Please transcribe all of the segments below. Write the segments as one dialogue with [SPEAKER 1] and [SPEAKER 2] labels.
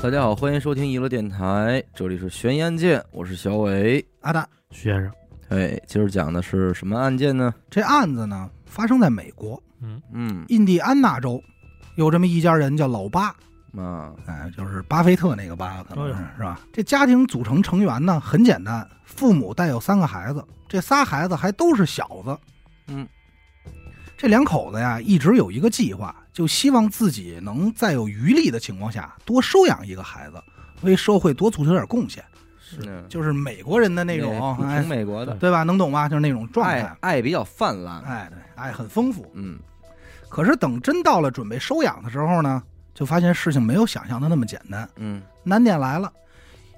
[SPEAKER 1] 大家好，欢迎收听娱乐电台，这里是悬疑案件，我是小伟。
[SPEAKER 2] 阿达，
[SPEAKER 3] 徐先生，
[SPEAKER 1] 哎，今儿讲的是什么案件呢？
[SPEAKER 2] 这案子呢发生在美国
[SPEAKER 3] 嗯，
[SPEAKER 1] 嗯
[SPEAKER 2] 印第安纳州，有这么一家人叫老巴，
[SPEAKER 1] 啊，
[SPEAKER 2] 哎，就是巴菲特那个巴，可能是、
[SPEAKER 3] 哎
[SPEAKER 2] 是吧？这家庭组成成员呢很简单，父母带有三个孩子，这仨孩子还都是小子。
[SPEAKER 1] 嗯，
[SPEAKER 2] 这两口子呀一直有一个计划，就希望自己能在有余力的情况下多收养一个孩子，为社会多做出点贡献，
[SPEAKER 1] 是
[SPEAKER 2] 就是美国人的那种，哎
[SPEAKER 1] 挺，美国的，
[SPEAKER 2] 对吧？能懂吧？就是那种状
[SPEAKER 1] 爱
[SPEAKER 2] 态，
[SPEAKER 1] 爱比较泛滥。
[SPEAKER 2] 哎，对，爱很丰富。
[SPEAKER 1] 嗯
[SPEAKER 2] 可是等真到了准备收养的时候呢，就发现事情没有想象的那么简单。
[SPEAKER 1] 嗯
[SPEAKER 2] 难点来了，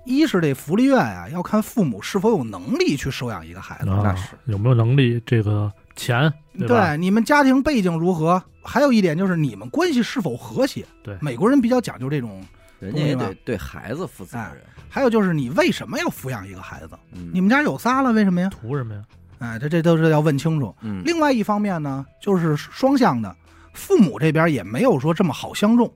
[SPEAKER 2] 一是这福利院啊，要看父母是否有能力去收养一个孩子。
[SPEAKER 3] 啊
[SPEAKER 1] 那是
[SPEAKER 3] 有没有能力？这个钱，对吧？
[SPEAKER 2] 你们家庭背景如何？还有一点就是你们关系是否和谐。
[SPEAKER 3] 对
[SPEAKER 2] 美国人比较讲究这种。
[SPEAKER 1] 人家也得对孩子负责任。
[SPEAKER 2] 还有就是你为什么要抚养一个孩子？
[SPEAKER 1] 嗯，
[SPEAKER 2] 哎你们家有仨了，为什么呀？
[SPEAKER 3] 图什么呀？
[SPEAKER 2] 哎，这这都是要问清楚。
[SPEAKER 1] 嗯
[SPEAKER 2] 另外一方面呢，就是双向的，父母这边也没有说这么好相中。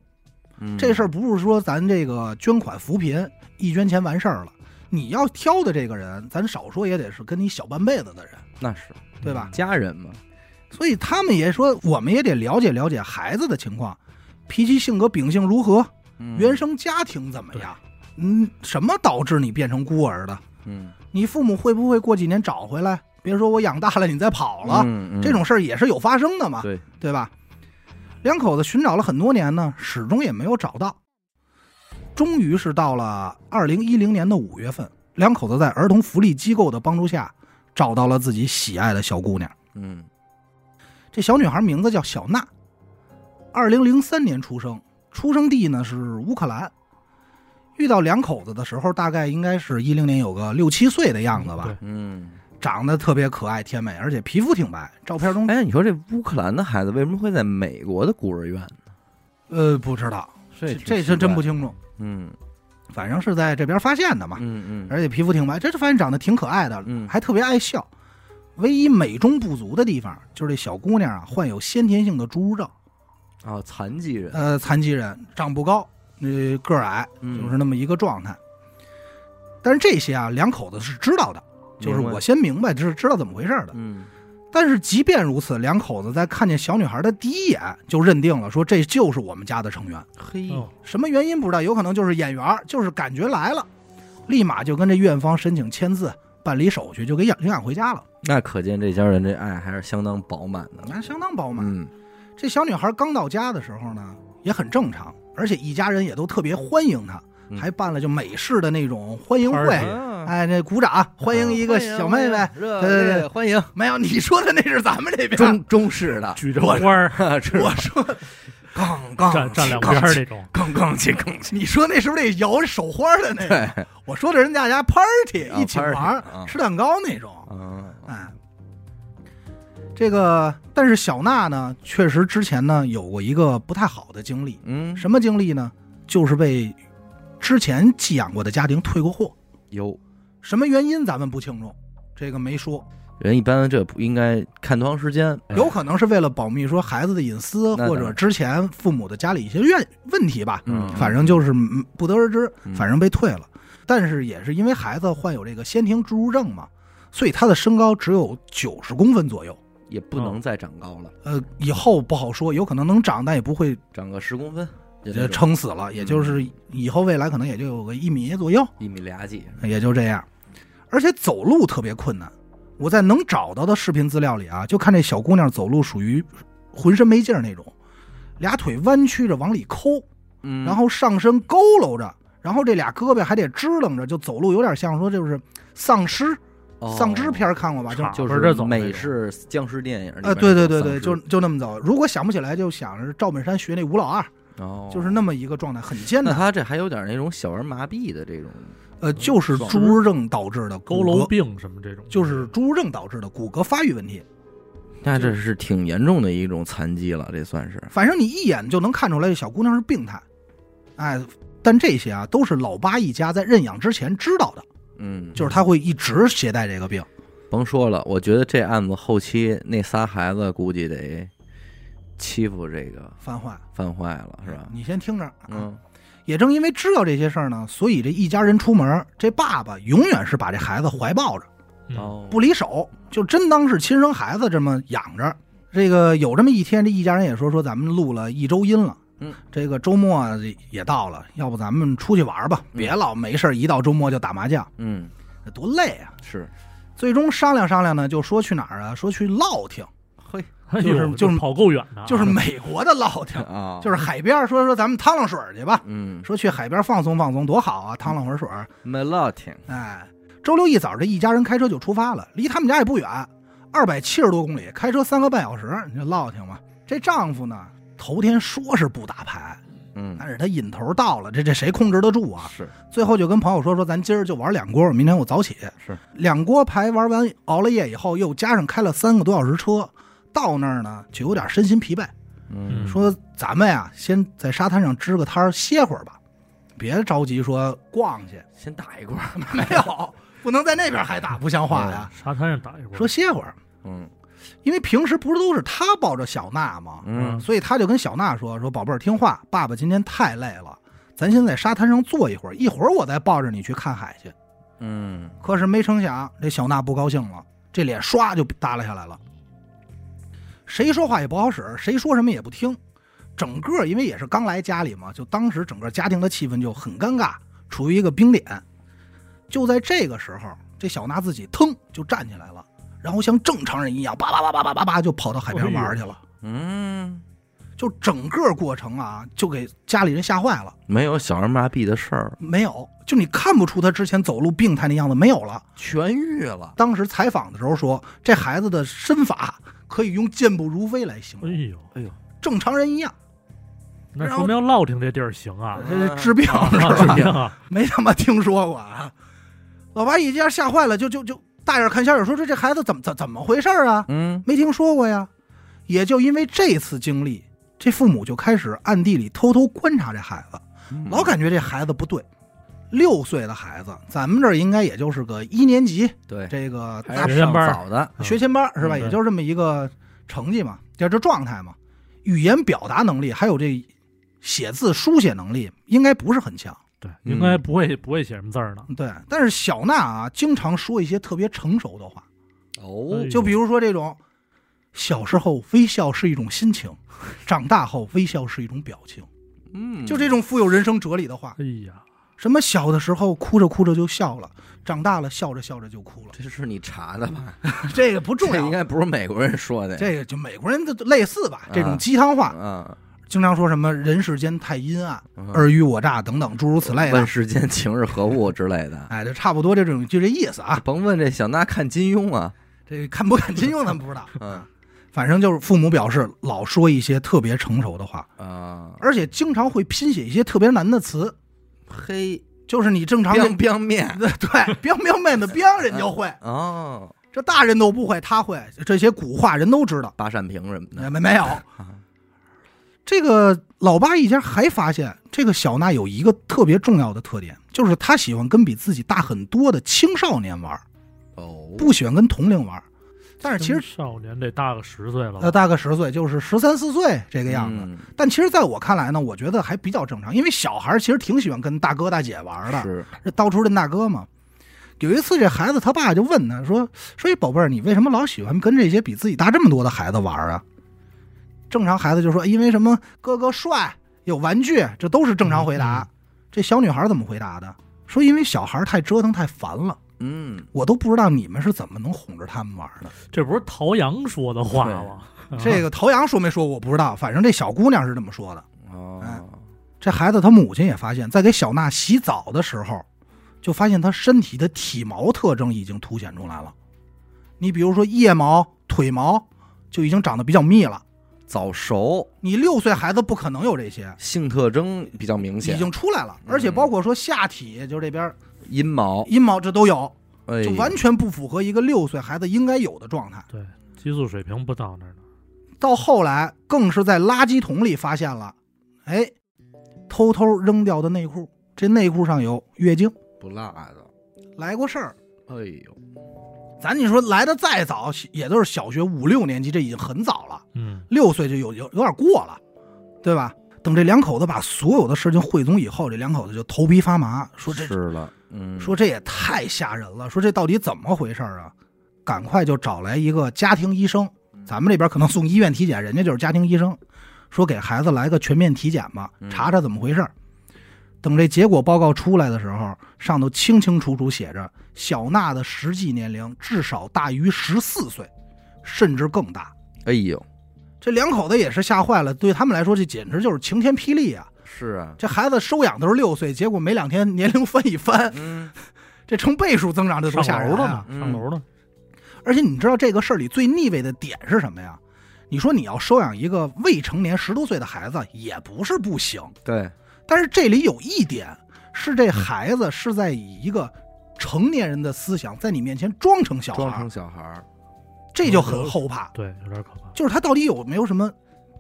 [SPEAKER 1] 嗯
[SPEAKER 2] 这事儿不是说咱这个捐款扶贫一捐钱完事儿了，你要挑的这个人，咱少说也得是跟你小半辈子的人，
[SPEAKER 1] 那是
[SPEAKER 2] 对吧？
[SPEAKER 1] 家人嘛。
[SPEAKER 2] 所以他们也说，我们也得了解了解孩子的情况，脾气、性格、秉性如何，
[SPEAKER 1] 嗯
[SPEAKER 2] 原生家庭怎么样，嗯，什么导致你变成孤儿的？
[SPEAKER 1] 嗯
[SPEAKER 2] 你父母会不会过几年找回来？别说我养大了你再跑了，
[SPEAKER 1] 嗯嗯
[SPEAKER 2] 这种事儿也是有发生的嘛。
[SPEAKER 1] 对
[SPEAKER 2] 对吧？两口子寻找了很多年呢，始终也没有找到。终于是到了二零一零年的五月份，两口子在儿童福利机构的帮助下，找到了自己喜爱的小姑娘。
[SPEAKER 1] 嗯
[SPEAKER 2] 这小女孩名字叫小娜，二零零三年出生，出生地呢是乌克兰。遇到两口子的时候，大概应该是一零年有个六七岁的样子吧，
[SPEAKER 3] 对
[SPEAKER 1] 嗯。
[SPEAKER 2] 长得特别可爱甜美，而且皮肤挺白。照片中，
[SPEAKER 1] 哎，你说这乌克兰的孩子为什么会在美国的孤儿院呢？
[SPEAKER 2] 呃，不知道，这
[SPEAKER 1] 这
[SPEAKER 2] 这是真不
[SPEAKER 1] 清。
[SPEAKER 2] 清啊楚。
[SPEAKER 1] 嗯
[SPEAKER 2] 反正是在这边发现的嘛，
[SPEAKER 1] 嗯嗯
[SPEAKER 2] 而且皮肤挺白，这是发现长得挺可爱的，
[SPEAKER 1] 嗯
[SPEAKER 2] 还特别爱笑。唯一美中不足的地方就是这小姑娘啊，患有先天性的侏儒症，
[SPEAKER 1] 啊，残疾人
[SPEAKER 2] 呃，残疾人，长不高，呃，个儿矮，
[SPEAKER 1] 嗯
[SPEAKER 2] 就是那么一个状态。但是这些啊，两口子是知道的，就是
[SPEAKER 1] 明白
[SPEAKER 2] 我先明白，就是知道怎么回事的。
[SPEAKER 1] 嗯
[SPEAKER 2] 但是即便如此，两口子在看见小女孩的第一眼就认定了，说这就是我们家的成员。
[SPEAKER 1] 嘿
[SPEAKER 3] 哦，
[SPEAKER 2] 什么原因不知道，有可能就是眼缘，就是感觉来了，立马就跟这院方申请签字办理手续，就给养领养回家了，
[SPEAKER 1] 那可见这家人这爱还是相当饱满的。
[SPEAKER 2] 那相当饱满。
[SPEAKER 1] 嗯
[SPEAKER 2] 这小女孩刚到家的时候呢，也很正常，而且一家人也都特别欢迎她，
[SPEAKER 1] 嗯
[SPEAKER 2] 还办了就美式的那种欢迎会，
[SPEAKER 3] Party
[SPEAKER 1] 哎，
[SPEAKER 2] 哎，那鼓掌欢迎一个小妹妹。
[SPEAKER 1] 热
[SPEAKER 2] 对对对
[SPEAKER 1] 欢迎
[SPEAKER 2] 没有，你说的那是咱们这 边，
[SPEAKER 1] 中中式 的，
[SPEAKER 3] 举着花儿
[SPEAKER 1] 是
[SPEAKER 2] 我说杠杠
[SPEAKER 3] 站站两边儿那种，
[SPEAKER 2] 杠杠起杠起，你说那是不是那摇着手花的那个？
[SPEAKER 1] 对，
[SPEAKER 2] 我说的人家家 party
[SPEAKER 1] 啊
[SPEAKER 2] 一起
[SPEAKER 1] party，
[SPEAKER 2] 玩儿
[SPEAKER 1] 啊
[SPEAKER 2] 吃蛋糕那种，
[SPEAKER 1] 嗯
[SPEAKER 2] 哎，这个，但是小娜呢，确实之前呢有过一个不太好的经历，
[SPEAKER 1] 嗯，
[SPEAKER 2] 什么经历呢？就是被之前寄养过的家庭退过货，
[SPEAKER 1] 有
[SPEAKER 2] 什么原因咱们不清楚，这个没说，
[SPEAKER 1] 人一般这不应该看多长时间，
[SPEAKER 3] 哎
[SPEAKER 2] 有可能是为了保密说孩子的隐私，
[SPEAKER 1] 那
[SPEAKER 2] 或
[SPEAKER 1] 当
[SPEAKER 2] 者
[SPEAKER 1] 然
[SPEAKER 2] 之前父母的家里一些怨问题吧，
[SPEAKER 1] 嗯
[SPEAKER 2] 反正就是嗯不得而知
[SPEAKER 1] 嗯，
[SPEAKER 2] 反正被退了。但是也是因为孩子患有这个先天侏儒症嘛，所以他的身高只有九十公分左右。
[SPEAKER 1] 也不能再长高了，
[SPEAKER 2] 呃，以后不好说，有可能能长，但也不会
[SPEAKER 1] 长个十公分，就
[SPEAKER 2] 呃
[SPEAKER 1] 那种
[SPEAKER 2] 撑死了，也就是以后未来可能也就有个一米左右，
[SPEAKER 1] 一米俩几，
[SPEAKER 2] 也就这样。而且走路特别困难，我在能找到的视频资料里啊，就看这小姑娘走路属于浑身没劲儿那种，俩腿弯曲着往里抠，
[SPEAKER 1] 嗯
[SPEAKER 2] 然后上身佝偻着，然后这俩胳膊还得支棱着，就走路有点像说就是丧尸丧尸片儿看过吧？就
[SPEAKER 3] 差
[SPEAKER 1] 哦就
[SPEAKER 3] 往这
[SPEAKER 1] 是
[SPEAKER 3] 儿走那种
[SPEAKER 1] 美式僵尸电影里边那
[SPEAKER 2] 呃，
[SPEAKER 1] 种丧尸，
[SPEAKER 2] 对对对对，就就那么走。如果想不起来，就想着赵本山学那吴老二。
[SPEAKER 1] 哦
[SPEAKER 2] 就是那么一个状态，很艰
[SPEAKER 1] 那
[SPEAKER 2] 难。
[SPEAKER 1] 他这还有点那种小儿麻痹的这种，
[SPEAKER 2] 呃，就是侏儒症导致的
[SPEAKER 3] 佝
[SPEAKER 2] 骨
[SPEAKER 3] 偻
[SPEAKER 2] 骼，
[SPEAKER 3] 病什么这种，
[SPEAKER 2] 就是侏儒症导致的骨骼发育问题。
[SPEAKER 1] 那这是挺严重的一种残疾了，这算是，
[SPEAKER 2] 反正你一眼就能看出来，这小姑娘是病态。哎，但这些啊，都是老八一家在认养之前知道的，
[SPEAKER 1] 嗯，
[SPEAKER 2] 就是他会一直携带这个病。
[SPEAKER 1] 甭说了，我觉得这案子后期那仨孩子估计得欺负这个
[SPEAKER 2] 犯坏
[SPEAKER 1] 犯坏了，是吧？
[SPEAKER 2] 你先听着，
[SPEAKER 1] 嗯，
[SPEAKER 2] 也正因为知道这些事儿呢，所以这一家人出门，这爸爸永远是把这孩子怀抱着，
[SPEAKER 3] 嗯
[SPEAKER 1] 哦，
[SPEAKER 2] 不离手，就真当是亲生孩子这么养着。这个有这么一天，这一家人也说说咱们录了一周音了，
[SPEAKER 1] 嗯，
[SPEAKER 2] 这个周末啊也到了，要不咱们出去玩吧？别老没事儿一到周末就打麻将，
[SPEAKER 1] 嗯，
[SPEAKER 2] 那多累啊！
[SPEAKER 1] 是，
[SPEAKER 2] 最终商量商量呢，就说去哪儿啊？说去乐亭，
[SPEAKER 1] 嘿
[SPEAKER 3] 哎
[SPEAKER 2] 就是
[SPEAKER 3] 呦
[SPEAKER 2] 就是
[SPEAKER 3] 这跑够远的，啊
[SPEAKER 2] 就是美国的乐亭，
[SPEAKER 1] 啊，
[SPEAKER 2] 就是海边儿。说说咱们趟浪水儿去吧，
[SPEAKER 1] 嗯，
[SPEAKER 2] 说去海边放松放松多好啊，趟浪会儿水儿。
[SPEAKER 1] m e l o t i n
[SPEAKER 2] 哎，周六一早，这一家人开车就出发了，离他们家也不远，二百七十多公里，开车三个半小时，你就落听吧。这丈夫呢，头天说是不打牌，
[SPEAKER 1] 嗯，
[SPEAKER 2] 但是他瘾头到了，这这谁控制得住啊？
[SPEAKER 1] 是
[SPEAKER 2] 最后就跟朋友说说，咱今儿就玩两锅，明天我早起。
[SPEAKER 1] 是，
[SPEAKER 2] 两锅牌玩完，熬了夜以后，又加上开了三个多小时车，到那儿呢就有点身心疲惫，
[SPEAKER 1] 嗯
[SPEAKER 3] 嗯
[SPEAKER 2] 说咱们呀，先在沙滩上支个摊儿歇会儿吧，别着急说逛去。
[SPEAKER 1] 先打一棍儿，
[SPEAKER 2] 没有，不能在那边还打，不像话呀。
[SPEAKER 3] 沙滩上打一会儿，
[SPEAKER 2] 说歇会儿，
[SPEAKER 1] 嗯
[SPEAKER 2] 因为平时不是都是他抱着小娜吗？
[SPEAKER 1] 嗯
[SPEAKER 2] 所以他就跟小娜说：“说宝贝儿，听话，爸爸今天太累了，咱先在沙滩上坐一会儿，一会儿我再抱着你去看海去。
[SPEAKER 1] 嗯”
[SPEAKER 2] 可是没成想，这小娜不高兴了，这脸唰就耷拉下来了。谁说话也不好使，谁说什么也不听，整个因为也是刚来家里嘛，就当时整个家庭的气氛就很尴尬，处于一个冰点。就在这个时候，这小娜自己腾就站起来了，然后像正常人一样叭叭叭叭叭叭叭就跑到海边玩去了。
[SPEAKER 1] 嗯，
[SPEAKER 2] 就整个过程啊，就给家里人吓坏了。
[SPEAKER 1] 没有小儿麻痹的事儿，
[SPEAKER 2] 没有，就你看不出他之前走路病态那样子，没有了。
[SPEAKER 1] 痊愈了，
[SPEAKER 2] 当时采访的时候说，这孩子的身法可以用健步如飞来形
[SPEAKER 3] 哎
[SPEAKER 2] 容，
[SPEAKER 3] 呦，
[SPEAKER 2] 正常人一样。
[SPEAKER 3] 那
[SPEAKER 2] 然
[SPEAKER 3] 说
[SPEAKER 2] 后
[SPEAKER 3] 明要落听这地儿行 啊，
[SPEAKER 2] 这治病
[SPEAKER 3] 啊
[SPEAKER 2] 是
[SPEAKER 3] 治病
[SPEAKER 2] 吧？
[SPEAKER 3] 啊，
[SPEAKER 2] 没他妈听说过啊！老八一家吓坏了，就就就大眼看小眼说：“这这孩子怎么怎怎么回事儿啊？
[SPEAKER 1] 嗯
[SPEAKER 2] 没听说过呀！”也就因为这次经历，这父母就开始暗地里偷偷观察这孩子，
[SPEAKER 1] 嗯
[SPEAKER 2] 老感觉这孩子不对。六岁的孩子，咱们这儿应该也就是个一年级，
[SPEAKER 1] 对，
[SPEAKER 2] 这个
[SPEAKER 1] 还
[SPEAKER 2] 大
[SPEAKER 1] 是
[SPEAKER 3] 学前
[SPEAKER 1] 上
[SPEAKER 3] 班儿
[SPEAKER 1] 早的，
[SPEAKER 2] 学前班儿是吧？
[SPEAKER 3] 嗯
[SPEAKER 2] 也
[SPEAKER 3] 对
[SPEAKER 2] 就是这么一个成绩嘛，就这状态嘛，语言表达能力还有这写字书写能力应该不是很强。
[SPEAKER 3] 对，
[SPEAKER 1] 嗯
[SPEAKER 3] 应该不会不会写什么字儿呢，
[SPEAKER 2] 对，但是小娜啊，经常说一些特别成熟的话，
[SPEAKER 1] 哦
[SPEAKER 3] 哎
[SPEAKER 2] 就比如说这种，小时候微笑是一种 心情，长大后微笑是一种表情，
[SPEAKER 1] 嗯，
[SPEAKER 2] 就这种富有人生哲理的话。
[SPEAKER 3] 哎呀，
[SPEAKER 2] 什么小的时候哭着哭着就笑了，长大了笑着笑着就哭了，
[SPEAKER 1] 这是你查的吧？
[SPEAKER 2] 这个不重
[SPEAKER 1] 这应
[SPEAKER 2] 要。
[SPEAKER 1] 该不是美国人说的，
[SPEAKER 2] 这个就美国人的类似吧，这种
[SPEAKER 1] 啊
[SPEAKER 2] 鸡汤话，
[SPEAKER 1] 啊，
[SPEAKER 2] 经常说什么人世间太阴暗，
[SPEAKER 1] 嗯
[SPEAKER 2] 尔虞我诈等等诸如此类的
[SPEAKER 1] 问，世间情是何物之类的，
[SPEAKER 2] 哎，就差不多这种就这意 思 啊。
[SPEAKER 1] 甭问这小娜看金庸啊，
[SPEAKER 2] 这看不看金庸咱不知道，
[SPEAKER 1] 嗯
[SPEAKER 2] 反正就是父母表示老说一些特别成熟的话，
[SPEAKER 1] 啊，
[SPEAKER 2] 而且经常会拼写一些特别难的词，
[SPEAKER 1] 嘿，
[SPEAKER 2] 就是你正常
[SPEAKER 1] 彪
[SPEAKER 2] 人
[SPEAKER 1] 彪面
[SPEAKER 2] 对彪彪妹的彪人就会，
[SPEAKER 1] 哦，
[SPEAKER 2] 这大人都不会，他会这些古话人都知道，
[SPEAKER 1] 八扇屏什么的，
[SPEAKER 2] 没没 有。这个老八一家还发现，这个小娜有一个特别重要的特点，就是她喜欢跟比自己大很多的青少年玩，
[SPEAKER 1] 哦，
[SPEAKER 2] 不喜欢跟同龄玩。但是其实
[SPEAKER 3] 青少年嗯得大个十岁了吧
[SPEAKER 2] 呃，，大概十岁，就是十三四岁这
[SPEAKER 1] 这
[SPEAKER 2] 个样子。
[SPEAKER 1] 嗯
[SPEAKER 2] 但其实在我看来呢，我觉得还比较正常，因为小孩儿其实挺喜欢跟大哥大姐玩的，
[SPEAKER 1] 是，
[SPEAKER 2] 这到处认大哥嘛。有一次，这孩子他爸就问他说：“说哎宝贝儿，你为什么老喜欢跟这些比自己大这么多的孩子玩啊？”正常孩子就说：“哎因为什么哥哥帅，有玩具，这都是正常回答。这小女孩怎么回答的？说：“因为小孩太折腾太烦了，
[SPEAKER 1] 嗯，
[SPEAKER 2] 我都不知道你们是怎么能哄着他们玩的。
[SPEAKER 3] 这不是陶阳说的话吗？
[SPEAKER 2] 这个陶阳说没说过我不知道，反正这小姑娘是这么说的。
[SPEAKER 1] 哦，
[SPEAKER 2] 这孩子他母亲也发现，在给小娜洗澡的时候，就发现她身体的体毛特征已经凸显出来了。你比如说腋毛、腿毛就已经长得比较密了。
[SPEAKER 1] 早熟，
[SPEAKER 2] 你六岁孩子不可能有这些，
[SPEAKER 1] 性特征比较明
[SPEAKER 2] 已
[SPEAKER 1] 显，嗯
[SPEAKER 2] 经出来了，而且包括说下体就这边
[SPEAKER 1] 阴毛，
[SPEAKER 2] 阴毛这都有，
[SPEAKER 1] 哎
[SPEAKER 2] 就完全不符合一个六岁孩子应该有的状态。
[SPEAKER 3] 对，啊激素水平不到那儿呢，
[SPEAKER 2] 到后来更是在垃圾桶里发现了，哎，偷偷扔掉的内裤，这内裤上有月经，
[SPEAKER 1] 不落的，
[SPEAKER 2] 来过事儿。
[SPEAKER 1] 哎呦，
[SPEAKER 2] 咱你说来的再早，也都是小学五六年级，这已经很早了，
[SPEAKER 3] 嗯，
[SPEAKER 2] 六岁就有有有点过了，对吧？等这两口子把所有的事情汇总以后，这两口子就头皮发麻，说这
[SPEAKER 1] 是了，嗯，
[SPEAKER 2] 说这也太吓人了，说这到底怎么回事儿啊？赶快就找来一个家庭医生，
[SPEAKER 1] 嗯
[SPEAKER 2] 咱们这边可能送医院体检，人家就是家庭医生，说给孩子来个全面体检吧，
[SPEAKER 1] 嗯
[SPEAKER 2] 查查怎么回事儿。等这结果报告出来的时候，上头清清楚楚写着小娜的实际年龄至少大于十四岁，甚至更大。
[SPEAKER 1] 哎呦，
[SPEAKER 2] 这两口子也是吓坏了，对他们来说这简直就是晴天霹雳啊！
[SPEAKER 1] 是啊，
[SPEAKER 2] 这孩子收养的时候六岁，结果没两天年龄翻一翻，
[SPEAKER 1] 嗯，
[SPEAKER 2] 这成倍数增长，这多吓
[SPEAKER 3] 上
[SPEAKER 2] 人
[SPEAKER 3] 楼了
[SPEAKER 2] 啊！
[SPEAKER 3] 嘛，上楼了，
[SPEAKER 2] 而且你知道这个事儿里最腻味的点是什么呀？你说你要收养一个未成年十多岁的孩子也不是不行，
[SPEAKER 1] 对，
[SPEAKER 2] 但是这里有一点是
[SPEAKER 3] 嗯
[SPEAKER 2] 这孩子是在以一个成年人的思想在你面前装成小
[SPEAKER 1] 装
[SPEAKER 2] 孩儿
[SPEAKER 1] 成，小孩儿，
[SPEAKER 2] 这就
[SPEAKER 3] 嗯
[SPEAKER 2] 很后怕。
[SPEAKER 3] 对，有点可怕。
[SPEAKER 2] 就是他到底有没有什么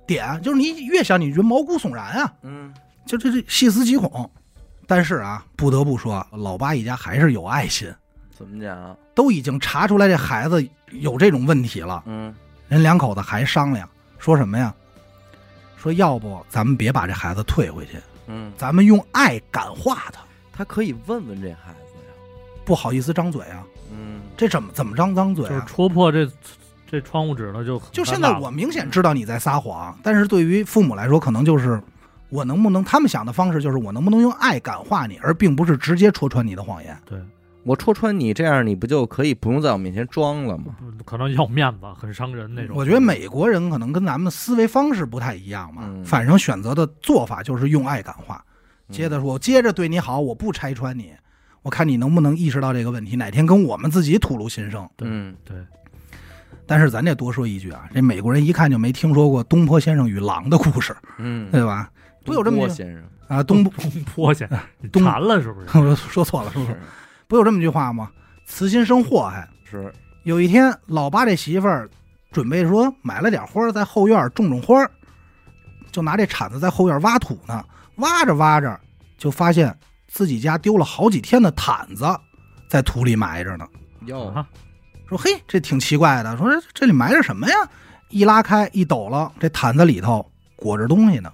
[SPEAKER 2] 点？就是你越想，你觉得毛骨悚然啊，
[SPEAKER 1] 嗯，
[SPEAKER 2] 就这这细思极恐。但是啊，不得不说，老八一家还是有爱心，
[SPEAKER 1] 怎么讲？啊
[SPEAKER 2] 都已经查出来这孩子有这种问题了。
[SPEAKER 1] 嗯，
[SPEAKER 2] 人两口子还商量，说什么呀？说要不咱们别把这孩子退回去，
[SPEAKER 1] 嗯，
[SPEAKER 2] 咱们用爱感化他。
[SPEAKER 1] 他可以问问这孩子呀，
[SPEAKER 2] 不好意思张嘴啊，
[SPEAKER 1] 嗯，
[SPEAKER 2] 这怎么怎么张张嘴
[SPEAKER 3] 就是
[SPEAKER 2] 啊？
[SPEAKER 3] 戳破这这窗户纸呢，就很
[SPEAKER 2] 就现
[SPEAKER 3] 尴
[SPEAKER 2] 在
[SPEAKER 3] 尬
[SPEAKER 2] 我
[SPEAKER 3] 了
[SPEAKER 2] 明显知道你在撒谎，但是对于父母来说，可能就是我能不能他们想的方式就是我能不能用爱感化你，而并不是直接戳穿你的谎言。
[SPEAKER 3] 对，
[SPEAKER 1] 我戳穿你，这样你不就可以不用在我面前装了吗？
[SPEAKER 3] 不可能要面子，很伤人那种。
[SPEAKER 2] 我觉得美国人可能跟咱们思维方式不太一样嘛，
[SPEAKER 1] 嗯
[SPEAKER 2] 反正选择的做法就是用爱感化。接着说，我接着对你好，我不拆穿你，我看你能不能意识到这个问题，哪天跟我们自己吐露心声。
[SPEAKER 3] 对
[SPEAKER 1] 嗯，
[SPEAKER 3] 对，
[SPEAKER 2] 但是咱这多说一句啊，这美国人一看就没听说过东坡先生与狼的故事，
[SPEAKER 1] 嗯，
[SPEAKER 2] 对吧？不有这么
[SPEAKER 1] 多
[SPEAKER 2] 一个
[SPEAKER 1] 先生，
[SPEAKER 2] 啊， 东坡，
[SPEAKER 3] 东坡去，你
[SPEAKER 2] 哎东
[SPEAKER 3] 馋了是不是？
[SPEAKER 2] 我 说错了，说错了，不有这么句话吗？慈心生祸哎害。
[SPEAKER 1] 是，
[SPEAKER 2] 有一天，老八这媳妇儿准备说买了点花儿，在后院种种花儿，就拿这铲子在后院挖土呢。挖着挖着，就发现自己家丢了好几天的毯子，在土里埋着呢。
[SPEAKER 1] 哟，
[SPEAKER 3] 啊，
[SPEAKER 2] 说嘿，这挺奇怪的，说这这里埋着什么呀？一拉开一抖了，这毯子里头裹着东西呢，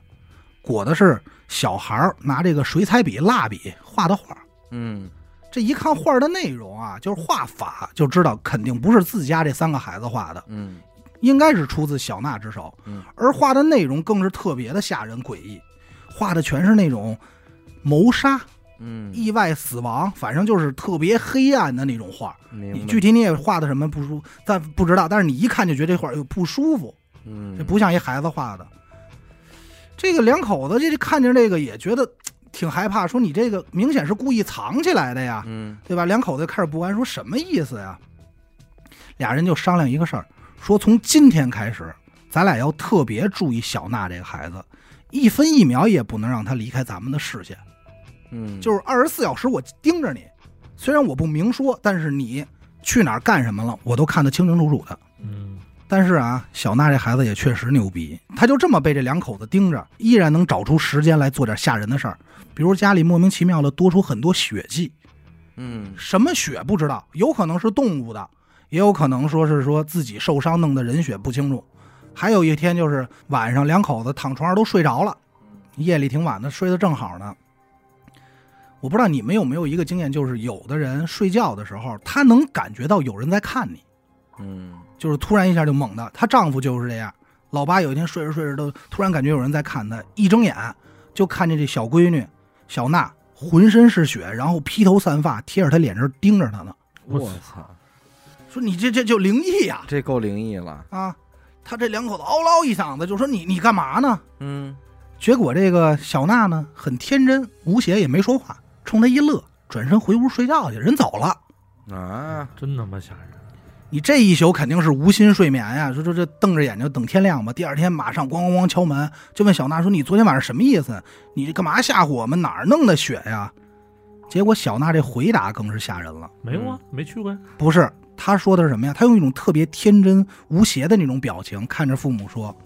[SPEAKER 2] 裹的是小孩儿拿这个水彩笔、蜡笔画的画儿。
[SPEAKER 1] 嗯，
[SPEAKER 2] 这一看画儿的内容啊，就是画法，就知道肯定不是自家这三个孩子画的，
[SPEAKER 1] 嗯，
[SPEAKER 2] 应该是出自小娜之手。
[SPEAKER 1] 嗯
[SPEAKER 2] 而画的内容更是特别的吓人诡异，画的全是那种谋杀、
[SPEAKER 1] 嗯，
[SPEAKER 2] 意外死亡，反正就是特别黑暗的那种画。你
[SPEAKER 1] 明白
[SPEAKER 2] 具，体你也画的什么不舒，但不知道，但是你一看就觉得这画儿又不舒服，
[SPEAKER 1] 嗯，
[SPEAKER 2] 这不像一孩子画的。这个两口子这这看见这个也觉得嘖挺害怕，说你这个明显是故意藏起来的呀。
[SPEAKER 1] 嗯，
[SPEAKER 2] 对吧？两口子就开始不安，说什么意思呀？俩人就商量一个事儿，说从今天开始，咱俩要特别注意小娜这个孩子，一分一秒也不能让她离开咱们的视线，
[SPEAKER 1] 嗯，
[SPEAKER 2] 就是二十四小时我盯着你。虽然我不明说，但是你去哪儿干什么了，我都看得清清楚楚的。
[SPEAKER 3] 嗯，
[SPEAKER 2] 但是啊，小娜这孩子也确实牛逼，她就这么被这两口子盯着，依然能找出时间来做点吓人的事儿，比如家里莫名其妙的多出很多血迹，
[SPEAKER 1] 嗯，
[SPEAKER 2] 什么血不知道，有可能是动物的，也有可能说是说自己受伤弄的人血不清楚。还有一天就是晚上，两口子躺床上都睡着了，夜里挺晚的，睡得正好呢。我不知道你们有没有一个经验，就是有的人睡觉的时候，她能感觉到有人在看你，
[SPEAKER 1] 嗯，
[SPEAKER 2] 就是突然一下就猛的。她丈夫就是这样，老八有一天睡着睡着都突然感觉有人在看她，一睁眼就看见这小闺女小娜浑身是血，然后披头散发，贴着她脸这儿盯着她呢。
[SPEAKER 3] 我
[SPEAKER 1] 我操，
[SPEAKER 2] 说你这这就灵异呀
[SPEAKER 1] 这够灵异了，
[SPEAKER 2] 啊他这两口子嗷唠一嗓子，就说你你干嘛呢？
[SPEAKER 1] 嗯，
[SPEAKER 2] 结果这个小娜呢很天真无邪，也没说话，冲他一乐，转身回屋睡觉去，人走了。
[SPEAKER 1] 啊，
[SPEAKER 3] 真他妈吓人！
[SPEAKER 2] 你这一宿肯定是无心睡眠呀，说说这瞪着眼睛等天亮吧。第二天马上咣咣咣敲门，就问小娜说：“你昨天晚上什么意思？你这干嘛吓唬我们？哪儿弄的血呀？”结果小娜这回答更是吓人了，
[SPEAKER 3] 没有啊，
[SPEAKER 2] 嗯
[SPEAKER 3] 没去过呀。
[SPEAKER 2] 不是，他说的是什么呀？他用一种特别天真无邪的那种表情看着父母说：“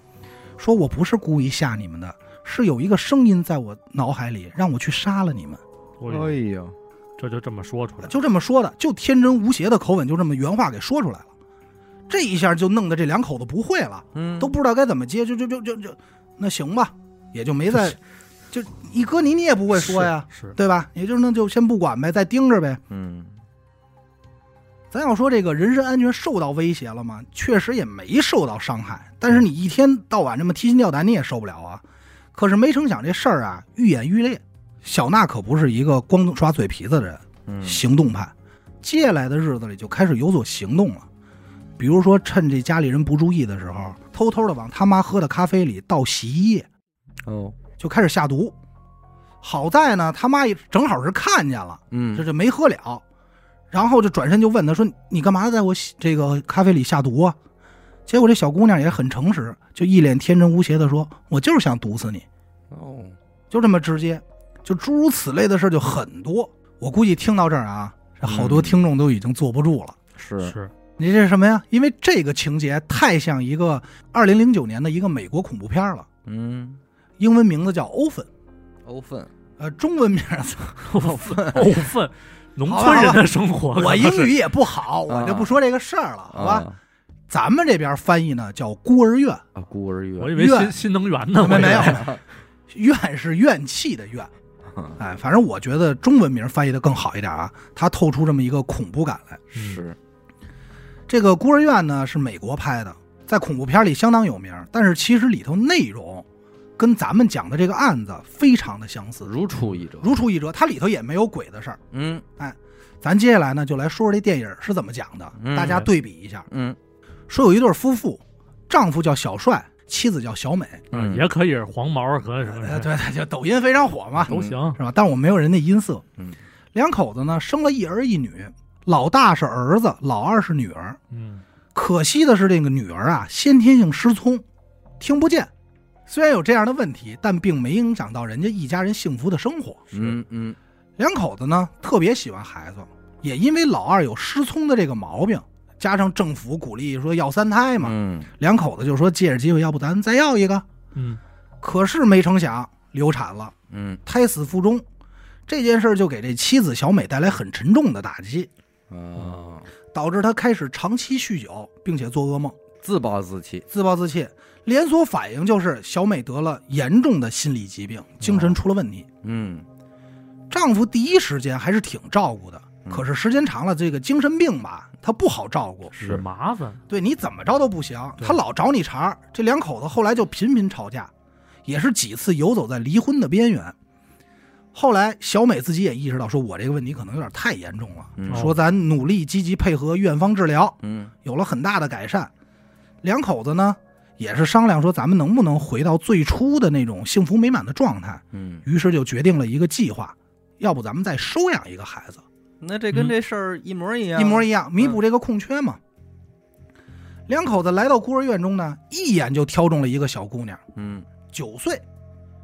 [SPEAKER 2] 说我不是故意吓你们的，是有一个声音在我脑海里让我去杀了你们。
[SPEAKER 3] 我
[SPEAKER 1] 哎呦，
[SPEAKER 3] 这就这么说出”来，
[SPEAKER 2] 就这么说的，就天真无邪的口吻，就这么原话给说出来了。这一下就弄得这两口子不会了，
[SPEAKER 1] 嗯，
[SPEAKER 2] 都不知道该怎么接，就就就就就，那行吧，也就没再就你哥你你也不会说呀，
[SPEAKER 3] 是，是
[SPEAKER 2] 对吧？也就是那就先不管呗，再盯着呗。
[SPEAKER 1] 嗯
[SPEAKER 2] 咱要说这个人身安全受到威胁了吗？确实也没受到伤害，但是你一天到晚这么提心吊胆，你也受不了啊。可是没成想这事儿啊，愈演愈烈。小娜可不是一个光耍嘴皮子的人，
[SPEAKER 1] 嗯，
[SPEAKER 2] 行动派，接下来的日子里就开始有所行动了。比如说，趁这家里人不注意的时候，偷偷的往他妈喝的咖啡里倒洗衣液，
[SPEAKER 1] 哦，
[SPEAKER 2] 就开始下毒。好在呢，他妈也正好是看见了，
[SPEAKER 1] 嗯，
[SPEAKER 2] 这就没喝了，然后就转身就问他说：“你干嘛在我洗这个咖啡里下毒啊？”结果这小姑娘也很诚实，就一脸天真无邪的说：“我就是想毒死你。”
[SPEAKER 1] 哦，
[SPEAKER 2] 就这么直接，就诸如此类的事儿就很多。我估计听到这儿啊，这好
[SPEAKER 1] 嗯
[SPEAKER 2] 多听众都已经坐不住了。
[SPEAKER 1] 是，
[SPEAKER 3] 是
[SPEAKER 2] 你这是什么呀？因为这个情节太像一个二零零九年的一个美国恐怖片了，
[SPEAKER 1] 嗯，
[SPEAKER 2] 英文名字叫《欧粉》，
[SPEAKER 1] 欧分，
[SPEAKER 2] 呃，中文名儿
[SPEAKER 3] 藕分藕分，农村人的生活，
[SPEAKER 2] 我
[SPEAKER 3] 可
[SPEAKER 2] 英
[SPEAKER 3] 能是
[SPEAKER 2] 语也不好，我就不说这个事儿了，好吧？
[SPEAKER 1] 啊
[SPEAKER 2] 咱们这边翻译呢叫孤儿院，
[SPEAKER 1] 啊，孤儿
[SPEAKER 3] 我
[SPEAKER 1] 院，
[SPEAKER 3] 以为
[SPEAKER 2] 院
[SPEAKER 3] 新新能源呢，
[SPEAKER 2] 嗯没
[SPEAKER 3] 我以
[SPEAKER 2] 没
[SPEAKER 3] 为
[SPEAKER 2] 有，怨是怨气的怨。
[SPEAKER 1] 啊
[SPEAKER 2] 哎，反正我觉得中文名翻译的更好一点啊，它透出这么一个恐怖感来。
[SPEAKER 1] 是，
[SPEAKER 2] 嗯这个孤儿院呢是美国拍的，在恐怖片里相当有名，但是其实里头内容跟咱们讲的这个案子非常的相似，
[SPEAKER 1] 如出一辙，
[SPEAKER 2] 如出一辙。它里头也没有鬼的事儿。
[SPEAKER 1] 嗯
[SPEAKER 2] 咱接下来呢就来说说这电影是怎么讲的，
[SPEAKER 1] 嗯
[SPEAKER 2] 大家对比一下。
[SPEAKER 1] 嗯
[SPEAKER 2] 说有一对夫妇，丈夫叫小帅，妻子叫小美。
[SPEAKER 1] 嗯，
[SPEAKER 3] 也可以是黄毛和什么
[SPEAKER 2] 呃，
[SPEAKER 3] 的
[SPEAKER 2] 对对，就抖音非常火嘛，
[SPEAKER 3] 都行，
[SPEAKER 2] 是吧？但我没有人家音色。
[SPEAKER 1] 嗯，
[SPEAKER 2] 两口子呢生了一儿一女，老大是儿子，老二是女儿。
[SPEAKER 3] 嗯，
[SPEAKER 2] 可惜的是，这个女儿啊，先天性失聪，听不见。虽然有这样的问题，但并没影响到人家一家人幸福的生活。
[SPEAKER 3] 是
[SPEAKER 1] 嗯嗯
[SPEAKER 2] 两口子呢，特别喜欢孩子，也因为老二有失聪的这个毛病，加上政府鼓励说要三胎嘛，
[SPEAKER 1] 嗯，
[SPEAKER 2] 两口子就说借着机会，要不咱再要一个。
[SPEAKER 3] 嗯，
[SPEAKER 2] 可是没成想，流产了，
[SPEAKER 1] 嗯
[SPEAKER 2] 胎死腹中。这件事儿就给这妻子小美带来很沉重的打击，
[SPEAKER 1] 啊，
[SPEAKER 2] 导致她开始长期酗酒，并且做噩梦。
[SPEAKER 1] 自暴自弃，
[SPEAKER 2] 自暴自弃，连锁反应就是小美得了严重的心理疾病，精神出了问题。
[SPEAKER 1] 嗯
[SPEAKER 2] 丈夫第一时间还是挺照顾的，
[SPEAKER 1] 嗯
[SPEAKER 2] 可是时间长了，这个精神病吧，他不好照顾，
[SPEAKER 1] 是
[SPEAKER 3] 麻烦，
[SPEAKER 2] 对你怎么着都不行，
[SPEAKER 3] 对
[SPEAKER 2] 他老找你茬儿。这两口子后来就频频吵架，也是几次游走在离婚的边缘。后来，小美自己也意识到，说我这个问题可能有点太严重了，
[SPEAKER 1] 嗯
[SPEAKER 3] 哦
[SPEAKER 2] 说咱努力积极配合院方治疗，
[SPEAKER 1] 嗯
[SPEAKER 2] 有了很大的改善。两口子呢也是商量说，咱们能不能回到最初的那种幸福美满的状态？
[SPEAKER 1] 嗯，
[SPEAKER 2] 于是就决定了一个计划，要不咱们再收养一个孩子，
[SPEAKER 1] 那这跟这事儿一模一样，
[SPEAKER 2] 一模
[SPEAKER 1] 一，
[SPEAKER 2] 一样，弥补这个空缺嘛。两口子来到孤儿院中呢，一眼就挑中了一个小姑娘，
[SPEAKER 1] 嗯，
[SPEAKER 2] 九岁，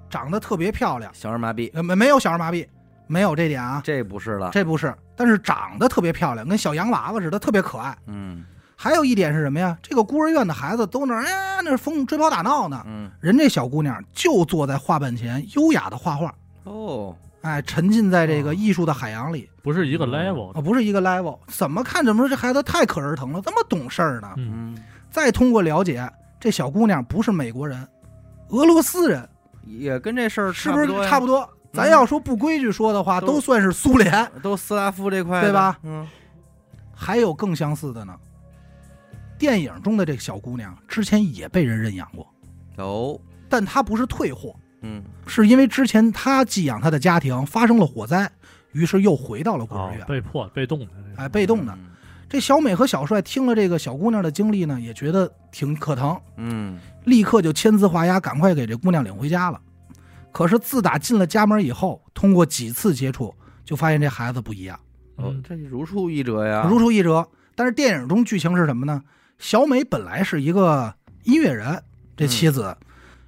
[SPEAKER 2] 长得特别漂亮，
[SPEAKER 1] 小儿麻痹，
[SPEAKER 2] 呃，没没有小儿麻痹，没有这点啊，
[SPEAKER 1] 这不是了，
[SPEAKER 2] 这不是，但是长得特别漂亮，跟小洋娃娃似的，特别可爱。
[SPEAKER 1] 嗯
[SPEAKER 2] 还有一点是什么呀？这个孤儿院的孩子都那儿哎，那儿疯追跑打闹呢。
[SPEAKER 1] 嗯，
[SPEAKER 2] 人这小姑娘就坐在画板前，优雅的画画，
[SPEAKER 1] 哦，
[SPEAKER 2] 哎，沉浸在这个艺术的海洋里
[SPEAKER 3] 不是一个
[SPEAKER 1] 嗯
[SPEAKER 3] level
[SPEAKER 2] 啊、
[SPEAKER 3] 的，
[SPEAKER 2] 不是一个 level。怎么看怎么说这孩子太可儿童了，这么懂事儿呢？
[SPEAKER 3] 嗯，
[SPEAKER 1] 嗯，
[SPEAKER 2] 再通过了解，这小姑娘不是美国人，俄罗斯人，
[SPEAKER 1] 也跟这事儿
[SPEAKER 2] 是不是
[SPEAKER 1] 多呀
[SPEAKER 2] 差不多？咱要说不规矩说的话，
[SPEAKER 1] 都
[SPEAKER 2] 都算是苏联。
[SPEAKER 1] 都斯拉夫这块的
[SPEAKER 2] 对吧？
[SPEAKER 1] 嗯，
[SPEAKER 2] 还有更相似的呢，电影中的这小姑娘之前也被人认养过，
[SPEAKER 1] 有，
[SPEAKER 2] 但她不是退货，
[SPEAKER 1] 嗯
[SPEAKER 2] 是因为之前他寄养他的家庭发生了火灾，于是又回到了孤
[SPEAKER 3] 哦
[SPEAKER 2] 儿院，。
[SPEAKER 3] 被迫被动的这个，
[SPEAKER 2] 哎，被动的。这小美和小帅听了这个小姑娘的经历呢，也觉得挺可疼，
[SPEAKER 1] 嗯，
[SPEAKER 2] 立刻就签字画押，赶快给这姑娘领回家了。可是自打进了家门以后，通过几次接触，就发现这孩子不一样，
[SPEAKER 1] 哦
[SPEAKER 3] 嗯，
[SPEAKER 1] 这如出一辙呀，
[SPEAKER 2] 如出一辙。但是电影中剧情是什么呢？小美本来是一个音乐人，这妻子。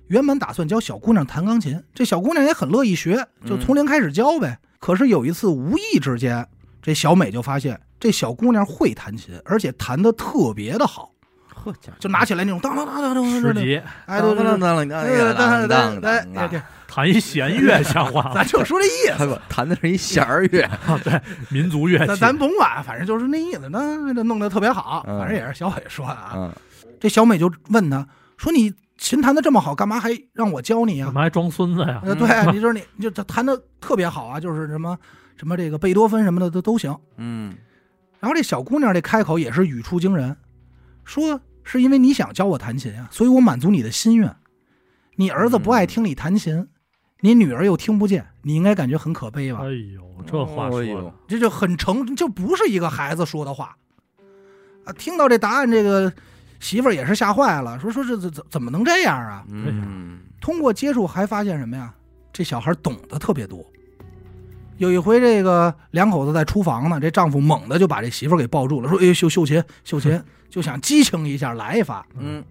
[SPEAKER 2] 原本打算教小姑娘弹钢琴，这小姑娘也很乐意学，就从零开始教呗。可是有一次无意之间，这小美就发现这小姑娘会弹琴，而且弹得特别的好，
[SPEAKER 1] 呵家伙，
[SPEAKER 2] 就拿起来那种当当当当当
[SPEAKER 3] 十
[SPEAKER 2] 当当，
[SPEAKER 3] 级
[SPEAKER 2] 哎，对对
[SPEAKER 1] 当
[SPEAKER 2] 对，
[SPEAKER 1] 当啷当当当
[SPEAKER 2] 哎哎
[SPEAKER 1] 当
[SPEAKER 2] 哎
[SPEAKER 1] 当
[SPEAKER 2] 对，
[SPEAKER 3] 弹一弦乐像 话吗
[SPEAKER 2] 哎咱？就说这意
[SPEAKER 1] 他
[SPEAKER 2] 思，
[SPEAKER 1] 可弹的是一弦儿乐，
[SPEAKER 3] 民族乐
[SPEAKER 2] 咱
[SPEAKER 3] 器，
[SPEAKER 2] 咱甭管，反正就是那意思，那那弄得特别好，反正也是小伟说的啊。
[SPEAKER 1] 嗯
[SPEAKER 2] 这小美就问他说：“你琴弹的这么好，干嘛还让我教你
[SPEAKER 3] 怎
[SPEAKER 2] 啊？
[SPEAKER 3] 么还装孙子呀？
[SPEAKER 2] 呃，对，你就是你，你就他弹的特别好啊，就是什么什么这个贝多芬什么的都都行。
[SPEAKER 1] 嗯
[SPEAKER 2] 然后这小姑娘这开口也是语出惊人，说是因为你想教我弹琴啊，所以我满足你的心愿。你儿子不爱听你弹琴，你女儿又听不见，你应该感觉很可悲吧？
[SPEAKER 3] 哎呦，这话说
[SPEAKER 1] 哎呦
[SPEAKER 3] 的，
[SPEAKER 2] 这就很成，就不是一个孩子说的话啊！听到这答案，这个媳妇儿也是吓坏了，说说这怎怎怎么能这样啊？
[SPEAKER 1] 嗯
[SPEAKER 2] 通过接触还发现什么呀？这小孩懂得特别多。有一回，这个两口子在厨房呢，这丈夫猛地就把这媳妇儿给抱住了，说：“哎，秀秀琴，秀琴，就想激情一下，来一发。
[SPEAKER 1] 嗯，”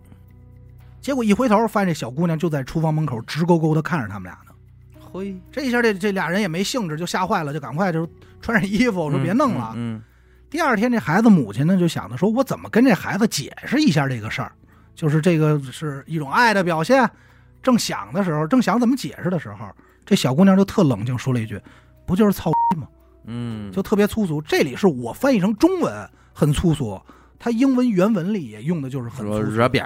[SPEAKER 2] 结果一回头，发现这小姑娘就在厨房门口直勾勾的看着他们俩呢。
[SPEAKER 1] 嘿，
[SPEAKER 2] 这一下这，这俩人也没兴致，就吓坏了，就赶快就穿上衣服，
[SPEAKER 1] 我
[SPEAKER 2] 说：“别弄了。
[SPEAKER 1] 嗯
[SPEAKER 2] 第二天，这孩子母亲呢就想着说，我怎么跟这孩子解释一下这个事儿？就是这个是一种爱的表现。正想的时候，正想怎么解释的时候，这小姑娘就特冷静说了一句：“不就是操
[SPEAKER 1] 嗯，”，
[SPEAKER 2] 就特别粗俗。这里是我翻译成中文很粗俗，它英文原文里也用的就是很
[SPEAKER 1] 说
[SPEAKER 2] 粗俗。
[SPEAKER 1] 惹边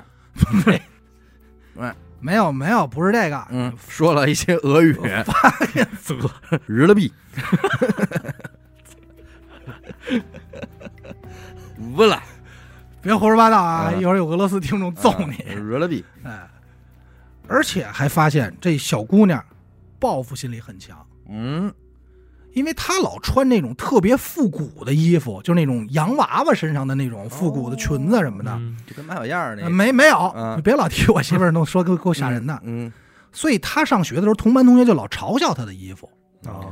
[SPEAKER 1] 儿，
[SPEAKER 2] 没有没有，不是这个，
[SPEAKER 1] 嗯，说了一些俄语，
[SPEAKER 3] 啧
[SPEAKER 1] 日了币，不了
[SPEAKER 2] 别胡说八道啊！
[SPEAKER 1] 嗯
[SPEAKER 2] 一会儿有俄罗斯听众揍你。
[SPEAKER 1] 日啊了币，
[SPEAKER 2] 哎，而且还发现这小姑娘报复心理很强。
[SPEAKER 1] 嗯
[SPEAKER 2] 因为她老穿那种特别复古的衣服，就是那种洋娃娃身上的那种复古的裙子什么的。
[SPEAKER 3] 嗯
[SPEAKER 1] 就跟马小燕儿那
[SPEAKER 2] 呃没没有，
[SPEAKER 1] 嗯
[SPEAKER 2] 你别老提我媳妇儿弄说够够吓人的。
[SPEAKER 1] 嗯
[SPEAKER 2] 所以她上学的时候，同班同学就老嘲笑她的衣服。
[SPEAKER 1] 哦，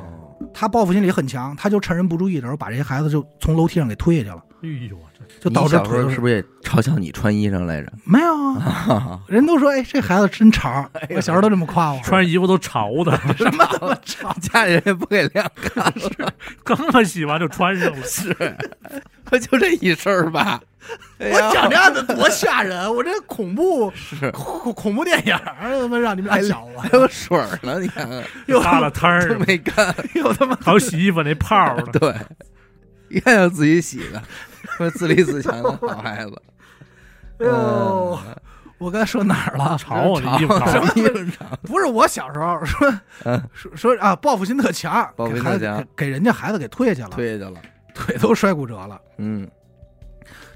[SPEAKER 2] 她报复心理很强，她就趁人不注意的时候，把这些孩子就从楼梯上给推下去了，
[SPEAKER 3] 哎呦，
[SPEAKER 2] 就
[SPEAKER 3] 这
[SPEAKER 2] 导致
[SPEAKER 1] 你小时
[SPEAKER 2] 腿
[SPEAKER 1] 候
[SPEAKER 2] 都
[SPEAKER 1] 是不是也嘲笑你穿衣裳来着？
[SPEAKER 2] 没有啊。 人都说哎，这孩子真潮儿，我小时候都这么夸我。
[SPEAKER 3] 穿衣服都潮的，
[SPEAKER 2] 什么这么潮？
[SPEAKER 1] 家里人也不给晾，
[SPEAKER 3] 刚刚洗完就穿 上了。
[SPEAKER 1] 是，不就这一身儿吧？ 哎
[SPEAKER 2] 我
[SPEAKER 1] 呀
[SPEAKER 2] 讲这案子多吓人，我这恐怖
[SPEAKER 1] 是
[SPEAKER 2] 恐恐怖电影儿，他妈让你们俩想我。
[SPEAKER 1] 还有水儿呢，你看看
[SPEAKER 2] 又
[SPEAKER 3] 扒了摊
[SPEAKER 1] 都
[SPEAKER 3] 儿，
[SPEAKER 1] 没干，
[SPEAKER 2] 又他妈
[SPEAKER 3] 还有洗衣服那 泡儿 呢。
[SPEAKER 1] 对，一看就自己洗的， 说自立自强的好孩 子，
[SPEAKER 2] 哎呦，
[SPEAKER 1] 呃
[SPEAKER 2] 我刚才说哪儿了？
[SPEAKER 3] 潮啊，那衣服
[SPEAKER 1] 什
[SPEAKER 3] 潮
[SPEAKER 1] 么。衣服长？
[SPEAKER 2] 不是我小时候 说
[SPEAKER 1] 嗯，
[SPEAKER 2] 说说啊，报复心特强，
[SPEAKER 1] 报复心特强
[SPEAKER 2] 给孩子，给给人家孩子给推下去了，
[SPEAKER 1] 推下去了，
[SPEAKER 2] 腿都摔骨折了。
[SPEAKER 1] 嗯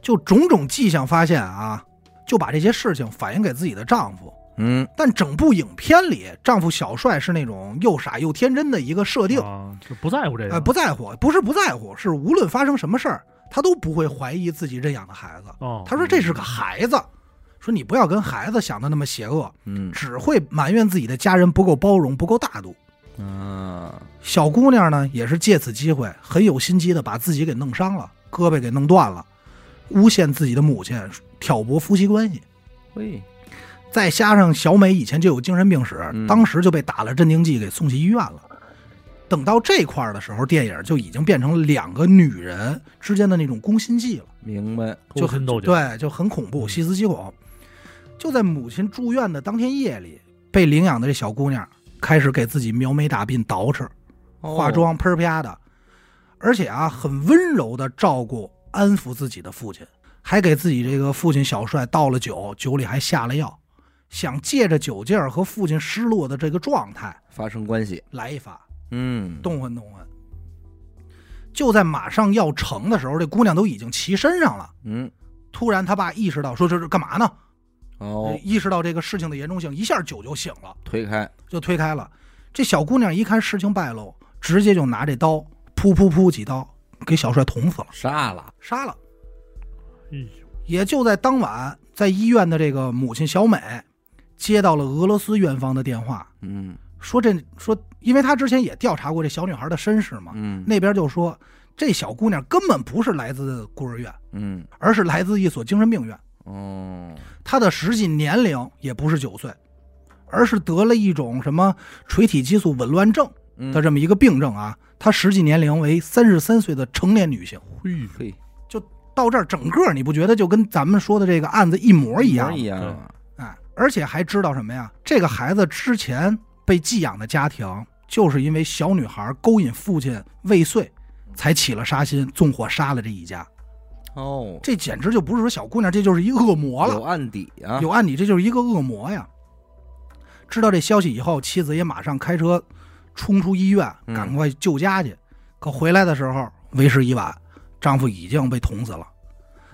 [SPEAKER 2] 就种种迹象发现啊，就把这些事情反映给自己的丈夫。
[SPEAKER 1] 嗯，
[SPEAKER 2] 但整部影片里，丈夫小帅是那种又傻又天真的一个设
[SPEAKER 1] 哦
[SPEAKER 2] 定，
[SPEAKER 3] 啊，就不在乎这
[SPEAKER 2] 呃，
[SPEAKER 3] 个。
[SPEAKER 2] 不在乎，不是不在乎，是无论发生什么事儿，他都不会怀疑自己认养的孩子。
[SPEAKER 3] 哦，
[SPEAKER 2] 他说这是个孩子，说你不要跟孩子想的那么邪恶，
[SPEAKER 1] 嗯
[SPEAKER 2] 只会埋怨自己的家人不够包容、不够大度。
[SPEAKER 1] 啊，
[SPEAKER 2] 小姑娘呢，也是借此机会，很有心机的把自己给弄伤了，胳膊给弄断了，诬陷自己的母亲，挑拨夫妻关系。
[SPEAKER 1] 嘿，
[SPEAKER 2] 再加上小美以前就有精神病史，
[SPEAKER 1] 嗯
[SPEAKER 2] 当时就被打了镇定剂，给送去医院了。等到这块儿的时候，电影就已经变成两个女人之间的那种攻心计了。
[SPEAKER 1] 明白，
[SPEAKER 3] 勾心斗角。
[SPEAKER 2] 对，就很恐怖，
[SPEAKER 3] 嗯
[SPEAKER 2] 细思极恐。就在母亲住院的当天夜里，被领养的这小姑娘开始给自己描眉打鬓、捯饬、
[SPEAKER 1] 哦
[SPEAKER 3] 哦
[SPEAKER 2] 化妆，喷儿啪的，而且啊，很温柔的照顾、安抚自己的父亲，还给自己这个父亲小帅倒了酒，酒里还下了药，想借着酒劲儿和父亲失落的这个状态
[SPEAKER 1] 发生关系，
[SPEAKER 2] 来一发，
[SPEAKER 1] 嗯，
[SPEAKER 2] 动换动换。就在马上要成的时候，这姑娘都已经骑身上了。
[SPEAKER 1] 嗯，
[SPEAKER 2] 突然，他爸意识到说：“这是干嘛呢？”
[SPEAKER 1] 哦，
[SPEAKER 2] 意识到这个事情的严重性，一下酒就醒了，
[SPEAKER 1] 推开，
[SPEAKER 2] 就推开了。这小姑娘一看事情败露，直接就拿这刀噗噗噗几刀给小帅捅死了，
[SPEAKER 1] 杀了，
[SPEAKER 2] 杀了。
[SPEAKER 3] 哎呦，
[SPEAKER 2] 也就在当晚，在医院的这个母亲小美接到了俄罗斯院方的电话，
[SPEAKER 1] 嗯
[SPEAKER 2] 说这说，因为她之前也调查过这小女孩的身世嘛，
[SPEAKER 1] 嗯，
[SPEAKER 2] 那边就说这小姑娘根本不是来自孤儿院，
[SPEAKER 1] 嗯
[SPEAKER 2] 而是来自一所精神病院。
[SPEAKER 1] 哦，
[SPEAKER 2] 他的实际年龄也不是九岁，而是得了一种什么垂体激素紊乱症
[SPEAKER 1] 嗯
[SPEAKER 2] 的这么一个病症啊。他实际年龄为三十三岁的成年女性。
[SPEAKER 3] 嘿，
[SPEAKER 1] 嘿，
[SPEAKER 2] 到这儿，整个你不觉得就跟咱们说的这个案子一模一样
[SPEAKER 1] 模
[SPEAKER 2] 吗？
[SPEAKER 1] 一样
[SPEAKER 3] 对
[SPEAKER 1] 啊，
[SPEAKER 2] 哎，而且还知道什么呀？这个孩子之前被寄养的家庭，就是因为小女孩勾引父亲未遂，才起了杀心，纵火杀了这一家。
[SPEAKER 1] 哦，
[SPEAKER 2] 这简直就不是说小姑娘，这就是一恶魔了
[SPEAKER 1] 有。案底啊，
[SPEAKER 2] 有案底，这就是一个恶魔呀。知道这消息以后，妻子也马上开车冲出医院，
[SPEAKER 1] 嗯
[SPEAKER 2] 赶快救家去。可回来的时候，为时已晚，丈夫已经被捅死了。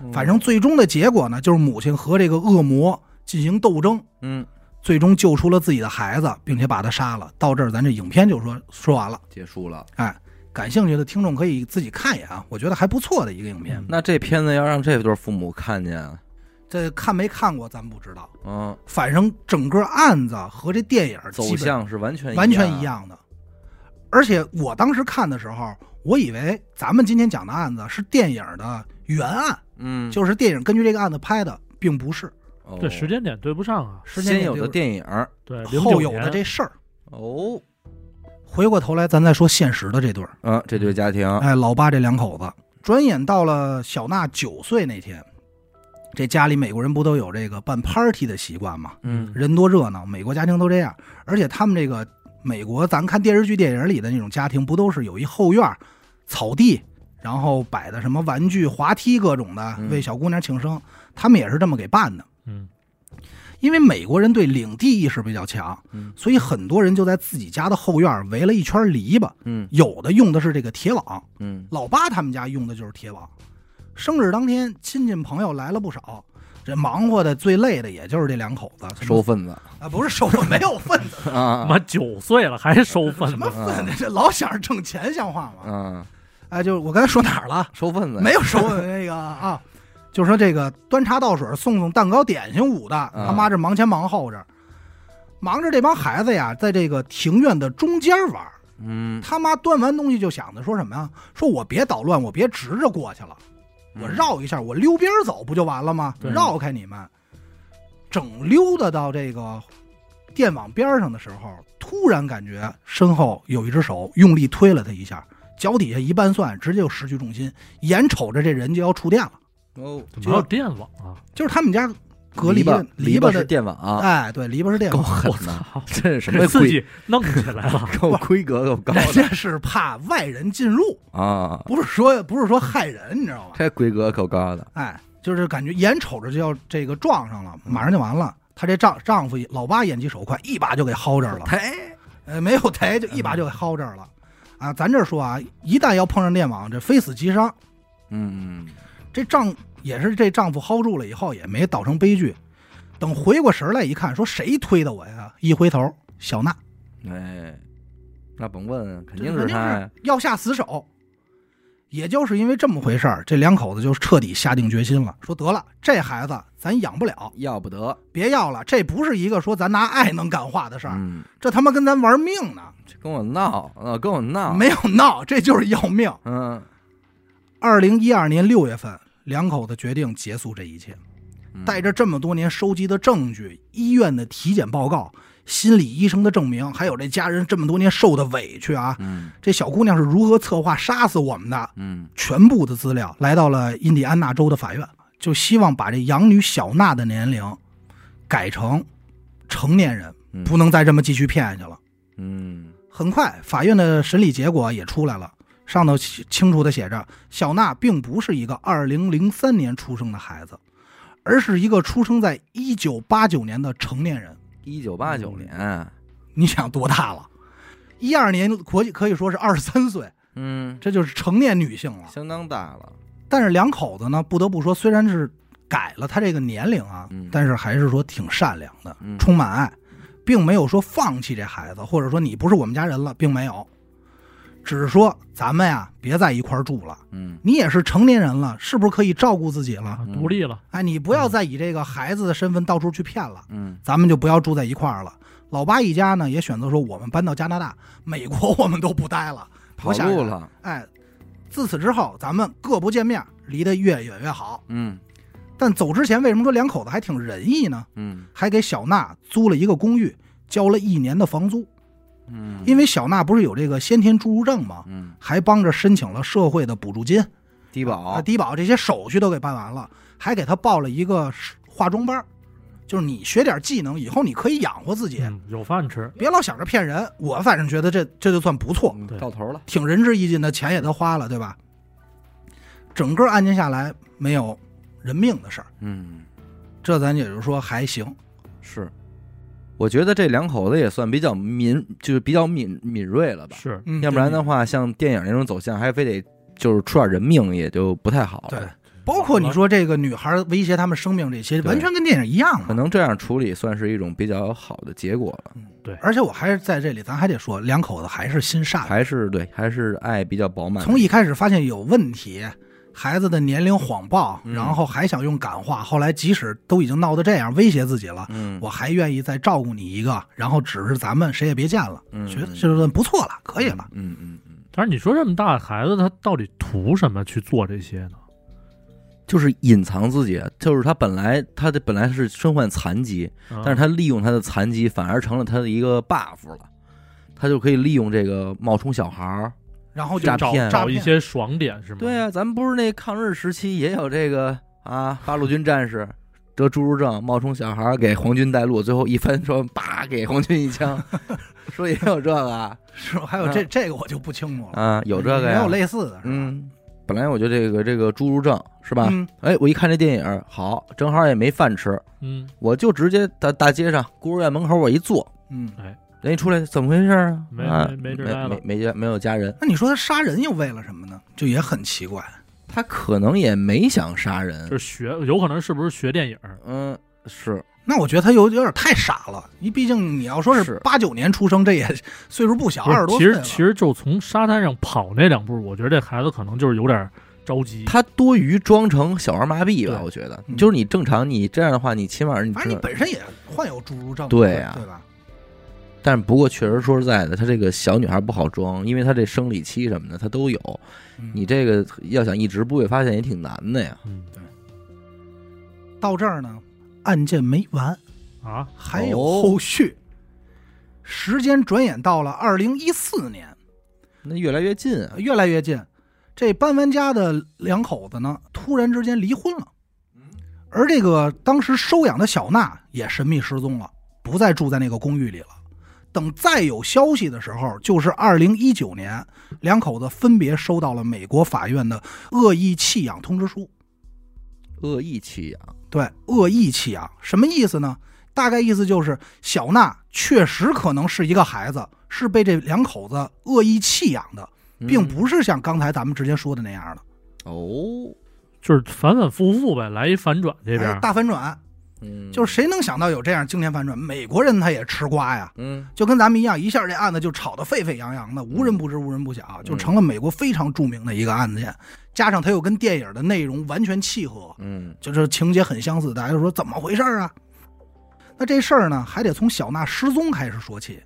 [SPEAKER 1] 嗯
[SPEAKER 2] 反正最终的结果呢，就是母亲和这个恶魔进行斗争，
[SPEAKER 1] 嗯，
[SPEAKER 2] 最终救出了自己的孩子，并且把他杀了。到这儿，咱这影片就说说完了。哎
[SPEAKER 1] 结束了。
[SPEAKER 2] 感兴趣的听众可以自己看一眼啊，我觉得还不错的一个影片。
[SPEAKER 1] 那这片子要让这对父母看见，啊
[SPEAKER 2] 这看没看过咱不知道，
[SPEAKER 1] 嗯，
[SPEAKER 2] 反正整个案子和这电影基
[SPEAKER 1] 走
[SPEAKER 2] 本
[SPEAKER 1] 向是完全
[SPEAKER 2] 完全
[SPEAKER 1] 一
[SPEAKER 2] 一。样的。而且我当时看的时候，我以为咱们今天讲的案子是电影的原案，
[SPEAKER 1] 嗯，
[SPEAKER 2] 就是电影根据这个案子拍的，并不是。
[SPEAKER 1] 哦
[SPEAKER 3] 对时间点对不上啊，
[SPEAKER 2] 时间
[SPEAKER 1] 先
[SPEAKER 2] 也
[SPEAKER 1] 有的
[SPEAKER 2] 对
[SPEAKER 1] 电影
[SPEAKER 3] 对，
[SPEAKER 2] 不
[SPEAKER 3] 09
[SPEAKER 2] 后有的
[SPEAKER 3] 年
[SPEAKER 2] 这事儿。
[SPEAKER 1] 哦，
[SPEAKER 2] 回过头来，咱再说现实的这对儿，
[SPEAKER 1] 嗯，这对家庭，
[SPEAKER 2] 哎，老八这两口子，转眼到了小娜九岁那天，这家里美国人不都有这个办 party 的习惯吗？
[SPEAKER 1] 嗯
[SPEAKER 2] 人多热闹，美国家庭都这样。而且他们这个美国，咱看电视剧、电影里的那种家庭，不都是有一后院儿、草地，然后摆的什么玩具、滑梯各种的，
[SPEAKER 1] 嗯
[SPEAKER 2] 为小姑娘庆生，他们也是这么给办的。
[SPEAKER 3] 嗯，
[SPEAKER 2] 因为美国人对领地意识比较强
[SPEAKER 1] 嗯，
[SPEAKER 2] 所以很多人就在自己家的后院儿围了一圈篱笆，
[SPEAKER 1] 嗯
[SPEAKER 2] 有的用的是这个铁网，
[SPEAKER 1] 嗯，
[SPEAKER 2] 老八他们家用的就是铁网。生日当天，亲戚朋友来了不少，这忙活的最累的也就是这两口子，什么
[SPEAKER 1] 收份子
[SPEAKER 2] 啊，不是收入没有份子，
[SPEAKER 3] 他
[SPEAKER 1] 啊
[SPEAKER 3] 妈九岁了还收份
[SPEAKER 2] 什么
[SPEAKER 3] 子，
[SPEAKER 2] 份子？这老想着挣钱，像话吗？
[SPEAKER 1] 啊，
[SPEAKER 2] 哎，就是我刚才说哪儿了？
[SPEAKER 1] 收份子
[SPEAKER 2] 没有收的那个啊， 就是说这个端茶倒水、送送蛋糕、点心捂的，他妈这忙前忙后这，忙着这帮孩子呀，在这个庭院的中间玩儿。
[SPEAKER 1] 嗯，
[SPEAKER 2] 他妈端完东西就想着说什么呀？说我别捣乱，我别直着过去了，
[SPEAKER 1] 嗯
[SPEAKER 2] 我绕一下，我溜边儿走不就完了吗？
[SPEAKER 3] 对
[SPEAKER 2] 绕开你们，整溜达到这个电网边儿上的时候，突然感觉身后有一只手用力推了他一下，脚底下一拌蒜，直接就失去重心，眼瞅着这人就要触电了。
[SPEAKER 1] 哦，
[SPEAKER 3] 怎么还有电网啊？
[SPEAKER 2] 就是他们家隔离
[SPEAKER 1] 篱
[SPEAKER 2] 的
[SPEAKER 1] 笆
[SPEAKER 2] 篱
[SPEAKER 1] 笆
[SPEAKER 2] 笆
[SPEAKER 1] 是
[SPEAKER 2] 的，
[SPEAKER 1] 电网啊，
[SPEAKER 2] 哎，对，篱笆是电
[SPEAKER 1] 够
[SPEAKER 2] 网。
[SPEAKER 1] 狠
[SPEAKER 3] 我
[SPEAKER 1] 的，
[SPEAKER 3] 操，
[SPEAKER 1] 这是什么
[SPEAKER 3] 给自
[SPEAKER 1] 规
[SPEAKER 3] 己弄起来 了，
[SPEAKER 1] 够规格够高
[SPEAKER 2] 人
[SPEAKER 1] 的
[SPEAKER 2] 家是怕外人进入，
[SPEAKER 1] 啊，
[SPEAKER 2] 不是说不是说害人，你知道吗？
[SPEAKER 1] 这规格够高的，
[SPEAKER 2] 哎，就是感觉眼瞅着就要这个撞上了，
[SPEAKER 1] 嗯
[SPEAKER 2] 马上就完了。她这丈丈夫老八眼疾手快，一把就给薅这儿了。
[SPEAKER 1] 抬，
[SPEAKER 2] 呃，没有抬，就一把就给薅这儿了。啊，咱这儿说啊，一旦要碰上电网，这非死即伤。
[SPEAKER 1] 嗯，
[SPEAKER 2] 这丈也是这丈夫薅住了以后，也没导成悲剧。等回过神儿来一看，说谁推的我呀？一回头，小娜
[SPEAKER 1] 哎，那甭问，肯
[SPEAKER 2] 这
[SPEAKER 1] 定
[SPEAKER 2] 肯
[SPEAKER 1] 是
[SPEAKER 2] 定
[SPEAKER 1] 他呀
[SPEAKER 2] 是，要下死手。也就是因为这么回事儿，这两口子就彻底下定决心了，说得了，这孩子咱养不了，
[SPEAKER 1] 要不得，
[SPEAKER 2] 别要了，这不是一个说咱拿爱能感化的事儿，
[SPEAKER 1] 嗯，
[SPEAKER 2] 这他妈跟咱玩命呢，
[SPEAKER 1] 这跟我闹，啊，跟我闹，
[SPEAKER 2] 没有闹，这就是要命。
[SPEAKER 1] 嗯，
[SPEAKER 2] 二零一二年六月份，两口子决定结束这一切，
[SPEAKER 1] 嗯，
[SPEAKER 2] 带着这么多年收集的证据、医院的体检报告、心理医生的证明，还有这家人这么多年受的委屈啊，
[SPEAKER 1] 嗯
[SPEAKER 2] 这小姑娘是如何策划杀死我们的，
[SPEAKER 1] 嗯
[SPEAKER 2] 全部的资料来到了印第安纳州的法院，就希望把这养女小娜的年龄改成成年人，
[SPEAKER 1] 嗯
[SPEAKER 2] 不能再这么继续骗下去了。
[SPEAKER 1] 嗯，
[SPEAKER 2] 很快，法院的审理结果也出来了，上头清清楚的写着，小娜并不是一个2003年出生的孩子，而是一个出生在1989年的成年人。
[SPEAKER 1] 一九八九年，
[SPEAKER 2] 你想多大了？一二年国可以说是二十三岁，
[SPEAKER 1] 嗯，
[SPEAKER 2] 这就是成年女性了。
[SPEAKER 1] 相当大了，
[SPEAKER 2] 但是两口子呢，不得不说，虽然是改了他这个年龄啊，
[SPEAKER 1] 嗯
[SPEAKER 2] 但是还是说挺善良的，
[SPEAKER 1] 嗯
[SPEAKER 2] 充满爱，并没有说放弃这孩子，或者说你不是我们家人了，并没有，只是说咱们呀别在一块儿住了，
[SPEAKER 1] 嗯
[SPEAKER 2] 你也是成年人了，是不是可以照顾自己了？
[SPEAKER 3] 啊独立了，
[SPEAKER 2] 哎，你不要再以这个孩子的身份到处去骗了，
[SPEAKER 1] 嗯
[SPEAKER 2] 咱们就不要住在一块儿了。老八一家呢也选择说，我们搬到加拿大、美国，我们都不待了，
[SPEAKER 1] 跑
[SPEAKER 2] 不下
[SPEAKER 1] 路
[SPEAKER 2] 来
[SPEAKER 1] 了，
[SPEAKER 2] 哎，自此之后，咱们各不见面，离得越远越好。
[SPEAKER 1] 嗯
[SPEAKER 2] 但走之前，为什么说两口子还挺仁义呢？
[SPEAKER 1] 嗯
[SPEAKER 2] 还给小娜租了一个公寓，交了一年的房租。
[SPEAKER 1] 嗯，
[SPEAKER 2] 因为小娜不是有这个先天侏儒症吗？
[SPEAKER 1] 嗯
[SPEAKER 2] 还帮着申请了社会的补助金、
[SPEAKER 1] 低
[SPEAKER 2] 啊、
[SPEAKER 1] 保，
[SPEAKER 2] 低保这些手续都给办完了，还给她报了一个化妆班儿，就是你学点技能，以后你可以养活自己，
[SPEAKER 3] 嗯，有饭吃，
[SPEAKER 2] 别老想着骗人。我反正觉得这这就算不错。
[SPEAKER 1] 嗯
[SPEAKER 3] 对
[SPEAKER 1] 到头了，
[SPEAKER 2] 挺仁至义尽的，钱也都花了，对吧？整个案件下来，没有人命的事儿，
[SPEAKER 1] 嗯，
[SPEAKER 2] 这咱也就是说还行。
[SPEAKER 1] 是。我觉得这两口子也算比较敏，就是比较敏敏锐了吧。
[SPEAKER 3] 是
[SPEAKER 2] 嗯
[SPEAKER 1] 要不然的，话，像电影那种走向，还非得就是出点人命，也就不太好了。
[SPEAKER 2] 对包括你说这个女孩威胁他们生命这些，
[SPEAKER 1] 对
[SPEAKER 2] 完全跟电影一样
[SPEAKER 1] 可
[SPEAKER 2] 嘛。
[SPEAKER 1] 能这样处理算是一种比较好的结果了，
[SPEAKER 2] 而且我还是在这里，咱还得说，两口子还是心善的。
[SPEAKER 1] 还是对，还是爱比较饱满。
[SPEAKER 2] 哎从一开始发现有问题，孩子的年龄谎报，
[SPEAKER 1] 嗯
[SPEAKER 2] 然后还想用感化，后来即使都已经闹得这样，威胁自己了，
[SPEAKER 1] 嗯，
[SPEAKER 2] 我还愿意再照顾你一个，然后只是咱们谁也别见了，
[SPEAKER 1] 嗯
[SPEAKER 2] 觉得就算不错了，可以了。。
[SPEAKER 1] 嗯嗯嗯嗯，
[SPEAKER 3] 但是你说这么大的孩子，他到底图什么去做这些呢？
[SPEAKER 1] 就是隐藏自己，就是他本来他的本来是身患残疾，
[SPEAKER 3] 嗯
[SPEAKER 2] 啊
[SPEAKER 1] 但是他利用他的残疾，反而成了他的一个 buff 了。他就可以利用这个冒充小孩儿，
[SPEAKER 2] 然后就
[SPEAKER 1] 诈
[SPEAKER 3] 找
[SPEAKER 1] 骗
[SPEAKER 3] 找一些爽点是吗？
[SPEAKER 1] 对啊，咱们不是那抗日时期也有这个啊，八路军战士得侏儒症，冒充小孩儿给皇军带路，最后一分说叭给皇军一 枪，说也有这个啊
[SPEAKER 2] 是吧？还有这、
[SPEAKER 1] 嗯
[SPEAKER 2] 这个我就不清楚了，
[SPEAKER 1] 啊，有这个
[SPEAKER 2] 也
[SPEAKER 1] 呀
[SPEAKER 2] 哦有，类似的，是吧
[SPEAKER 1] 嗯。本来我就这个这个侏儒症是吧？
[SPEAKER 2] 嗯
[SPEAKER 1] 哎，我一看这电影儿好，正好也没饭吃，
[SPEAKER 3] 嗯，
[SPEAKER 1] 我就直接在大街上孤儿院门口我一坐，
[SPEAKER 2] 嗯。
[SPEAKER 1] 人一出来怎么回事儿啊？
[SPEAKER 3] 没
[SPEAKER 1] 啊
[SPEAKER 3] 没
[SPEAKER 1] 没
[SPEAKER 3] 没地儿待了
[SPEAKER 1] 没没家没有家人，
[SPEAKER 2] 那你说他杀人又为了什么呢？就也很奇怪。
[SPEAKER 1] 他可能也没想杀人
[SPEAKER 3] 就，是学，有可能是不是学电影？
[SPEAKER 1] 嗯，是
[SPEAKER 2] 那我觉得他有有点太傻了，你毕竟你要说是
[SPEAKER 1] 是
[SPEAKER 2] 八九年出生，这也 岁数不小，
[SPEAKER 3] 不是
[SPEAKER 2] 二十多
[SPEAKER 3] 其
[SPEAKER 2] 岁了
[SPEAKER 3] 实其实就从沙滩上跑那两步，我觉得这孩子可能就是有点着急。
[SPEAKER 1] 他多余装成小儿麻痹吧，
[SPEAKER 3] 对
[SPEAKER 1] 我觉得
[SPEAKER 2] 嗯，
[SPEAKER 1] 就是你正常，你这样的话，你起码你
[SPEAKER 2] 反
[SPEAKER 1] 知
[SPEAKER 2] 正你
[SPEAKER 1] 道，
[SPEAKER 2] 本身也患有侏儒症，
[SPEAKER 1] 对呀、
[SPEAKER 2] 呀
[SPEAKER 3] 啊
[SPEAKER 2] 对吧？
[SPEAKER 1] 但不过确实说实在的，他这个小女孩不好装，因为她这生理期什么的她都有，
[SPEAKER 2] 嗯
[SPEAKER 1] 你这个要想一直不被发现也挺难的呀。
[SPEAKER 3] 嗯
[SPEAKER 2] 到这儿呢，案件没完，
[SPEAKER 3] 啊，
[SPEAKER 2] 还有
[SPEAKER 1] 哦
[SPEAKER 2] 后续。时间转眼到了二零一四年，
[SPEAKER 1] 那越来越近啊，
[SPEAKER 2] 越来越近。这搬完家的两口子呢，突然之间离婚了，而这个当时收养的小娜也神秘失踪了，不再住在那个公寓里了。等再有消息的时候，就是二零一九年，两口子分别收到了美国法院的恶意弃养通知书。
[SPEAKER 1] 恶意啊弃养，
[SPEAKER 2] 对，恶意弃养什么意思呢？大概意思就是小娜确实可能是一个孩子，是被这两口子恶意弃养的，
[SPEAKER 1] 嗯
[SPEAKER 2] 并不是像刚才咱们之前说的那样的。
[SPEAKER 1] 哦，
[SPEAKER 3] 就是反反复复呗，来一反转这
[SPEAKER 2] 哎
[SPEAKER 3] 边。
[SPEAKER 2] 大反转，
[SPEAKER 1] 嗯，
[SPEAKER 2] 就是谁能想到有这样惊天反转？美国人他也吃瓜呀，
[SPEAKER 1] 嗯，
[SPEAKER 2] 就跟咱们一样，一下这案子就炒得沸沸扬扬的，无
[SPEAKER 3] 嗯
[SPEAKER 2] 人不知，无人不晓，就成了美国非常著名的一个案件。加上他又跟电影的内容完全契合，
[SPEAKER 1] 嗯
[SPEAKER 2] 就是情节很相似，大家就说怎么回事儿啊？那这事儿呢，还得从小娜失踪开始说起。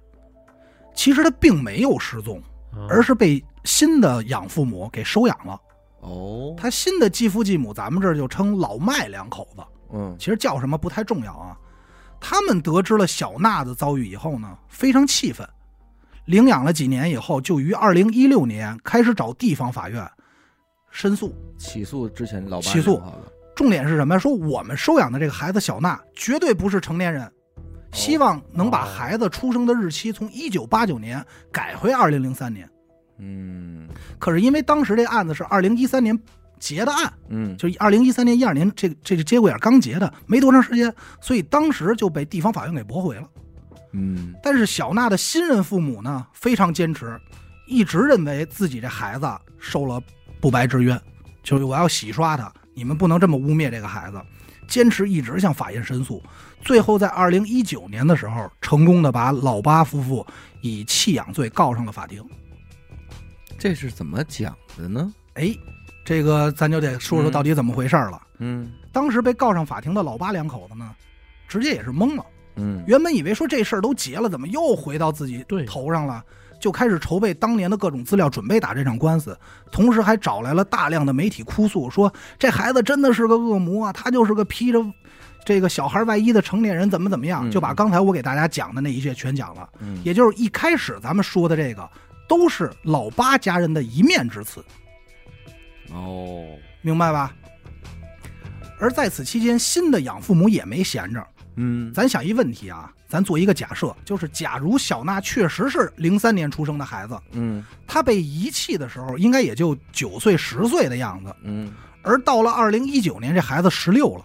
[SPEAKER 2] 其实她并没有失踪，
[SPEAKER 3] 嗯
[SPEAKER 2] 而是被新的养父母给收养了。
[SPEAKER 1] 哦，
[SPEAKER 2] 她新的继父继母，咱们这儿就称老麦两口子。
[SPEAKER 1] 嗯
[SPEAKER 2] 其实叫什么不太重要啊。他们得知了小娜的遭遇以后呢，非常气愤，领养了几年以后，就于二零一六年开始找地方法院申诉。
[SPEAKER 1] 起诉之前老爸
[SPEAKER 2] 起诉
[SPEAKER 1] 好了，
[SPEAKER 2] 重点是什么呀？说我们收养的这个孩子小娜绝对不是成年人，希望能把
[SPEAKER 3] 哦
[SPEAKER 2] 孩子出生的日期从一九八九年改回二零零三年。
[SPEAKER 1] 嗯
[SPEAKER 2] 可是因为当时这案子是二零一三年结的案，
[SPEAKER 1] 嗯，
[SPEAKER 2] 就是二零一三年、一二年这个这个节骨眼儿刚结的，没多长时间，所以当时就被地方法院给驳回了。
[SPEAKER 1] 嗯
[SPEAKER 2] 但是小娜的新任父母呢，非常坚持，一直认为自己这孩子受了不白之冤，就是我要洗刷他，你们不能这么污蔑这个孩子。坚持一直向法院申诉，最后在二零一九年的时候，成功的把老八夫妇以弃养罪告上了法庭。
[SPEAKER 1] 这是怎么讲的呢？
[SPEAKER 2] 哎，这个咱就得说说到底怎么回事儿了。
[SPEAKER 1] 嗯
[SPEAKER 2] 当时被告上法庭的老八两口子呢，直接也是懵了。
[SPEAKER 1] 嗯，
[SPEAKER 2] 原本以为说这事儿都结了，怎么又回到自己
[SPEAKER 3] 对
[SPEAKER 2] 头上了？就开始筹备当年的各种资料，准备打这场官司，同时还找来了大量的媒体哭诉，说这孩子真的是个恶魔啊，他就是个披着这个小孩外衣的成年人，怎么怎么样，
[SPEAKER 1] 嗯
[SPEAKER 2] 就把刚才我给大家讲的那一切全讲了。
[SPEAKER 1] 嗯
[SPEAKER 2] 也就是一开始咱们说的这个，都是老八家人的一面之词，
[SPEAKER 1] 哦，
[SPEAKER 2] 明白吧？而在此期间，新的养父母也没闲着，
[SPEAKER 1] 嗯，
[SPEAKER 2] 咱想一问题啊，咱做一个假设，就是假如小娜确实是零三年出生的孩子，
[SPEAKER 1] 嗯
[SPEAKER 2] 她被遗弃的时候应该也就九岁十岁的样子，
[SPEAKER 1] 嗯
[SPEAKER 2] 而到了二零一九年，这孩子十六了，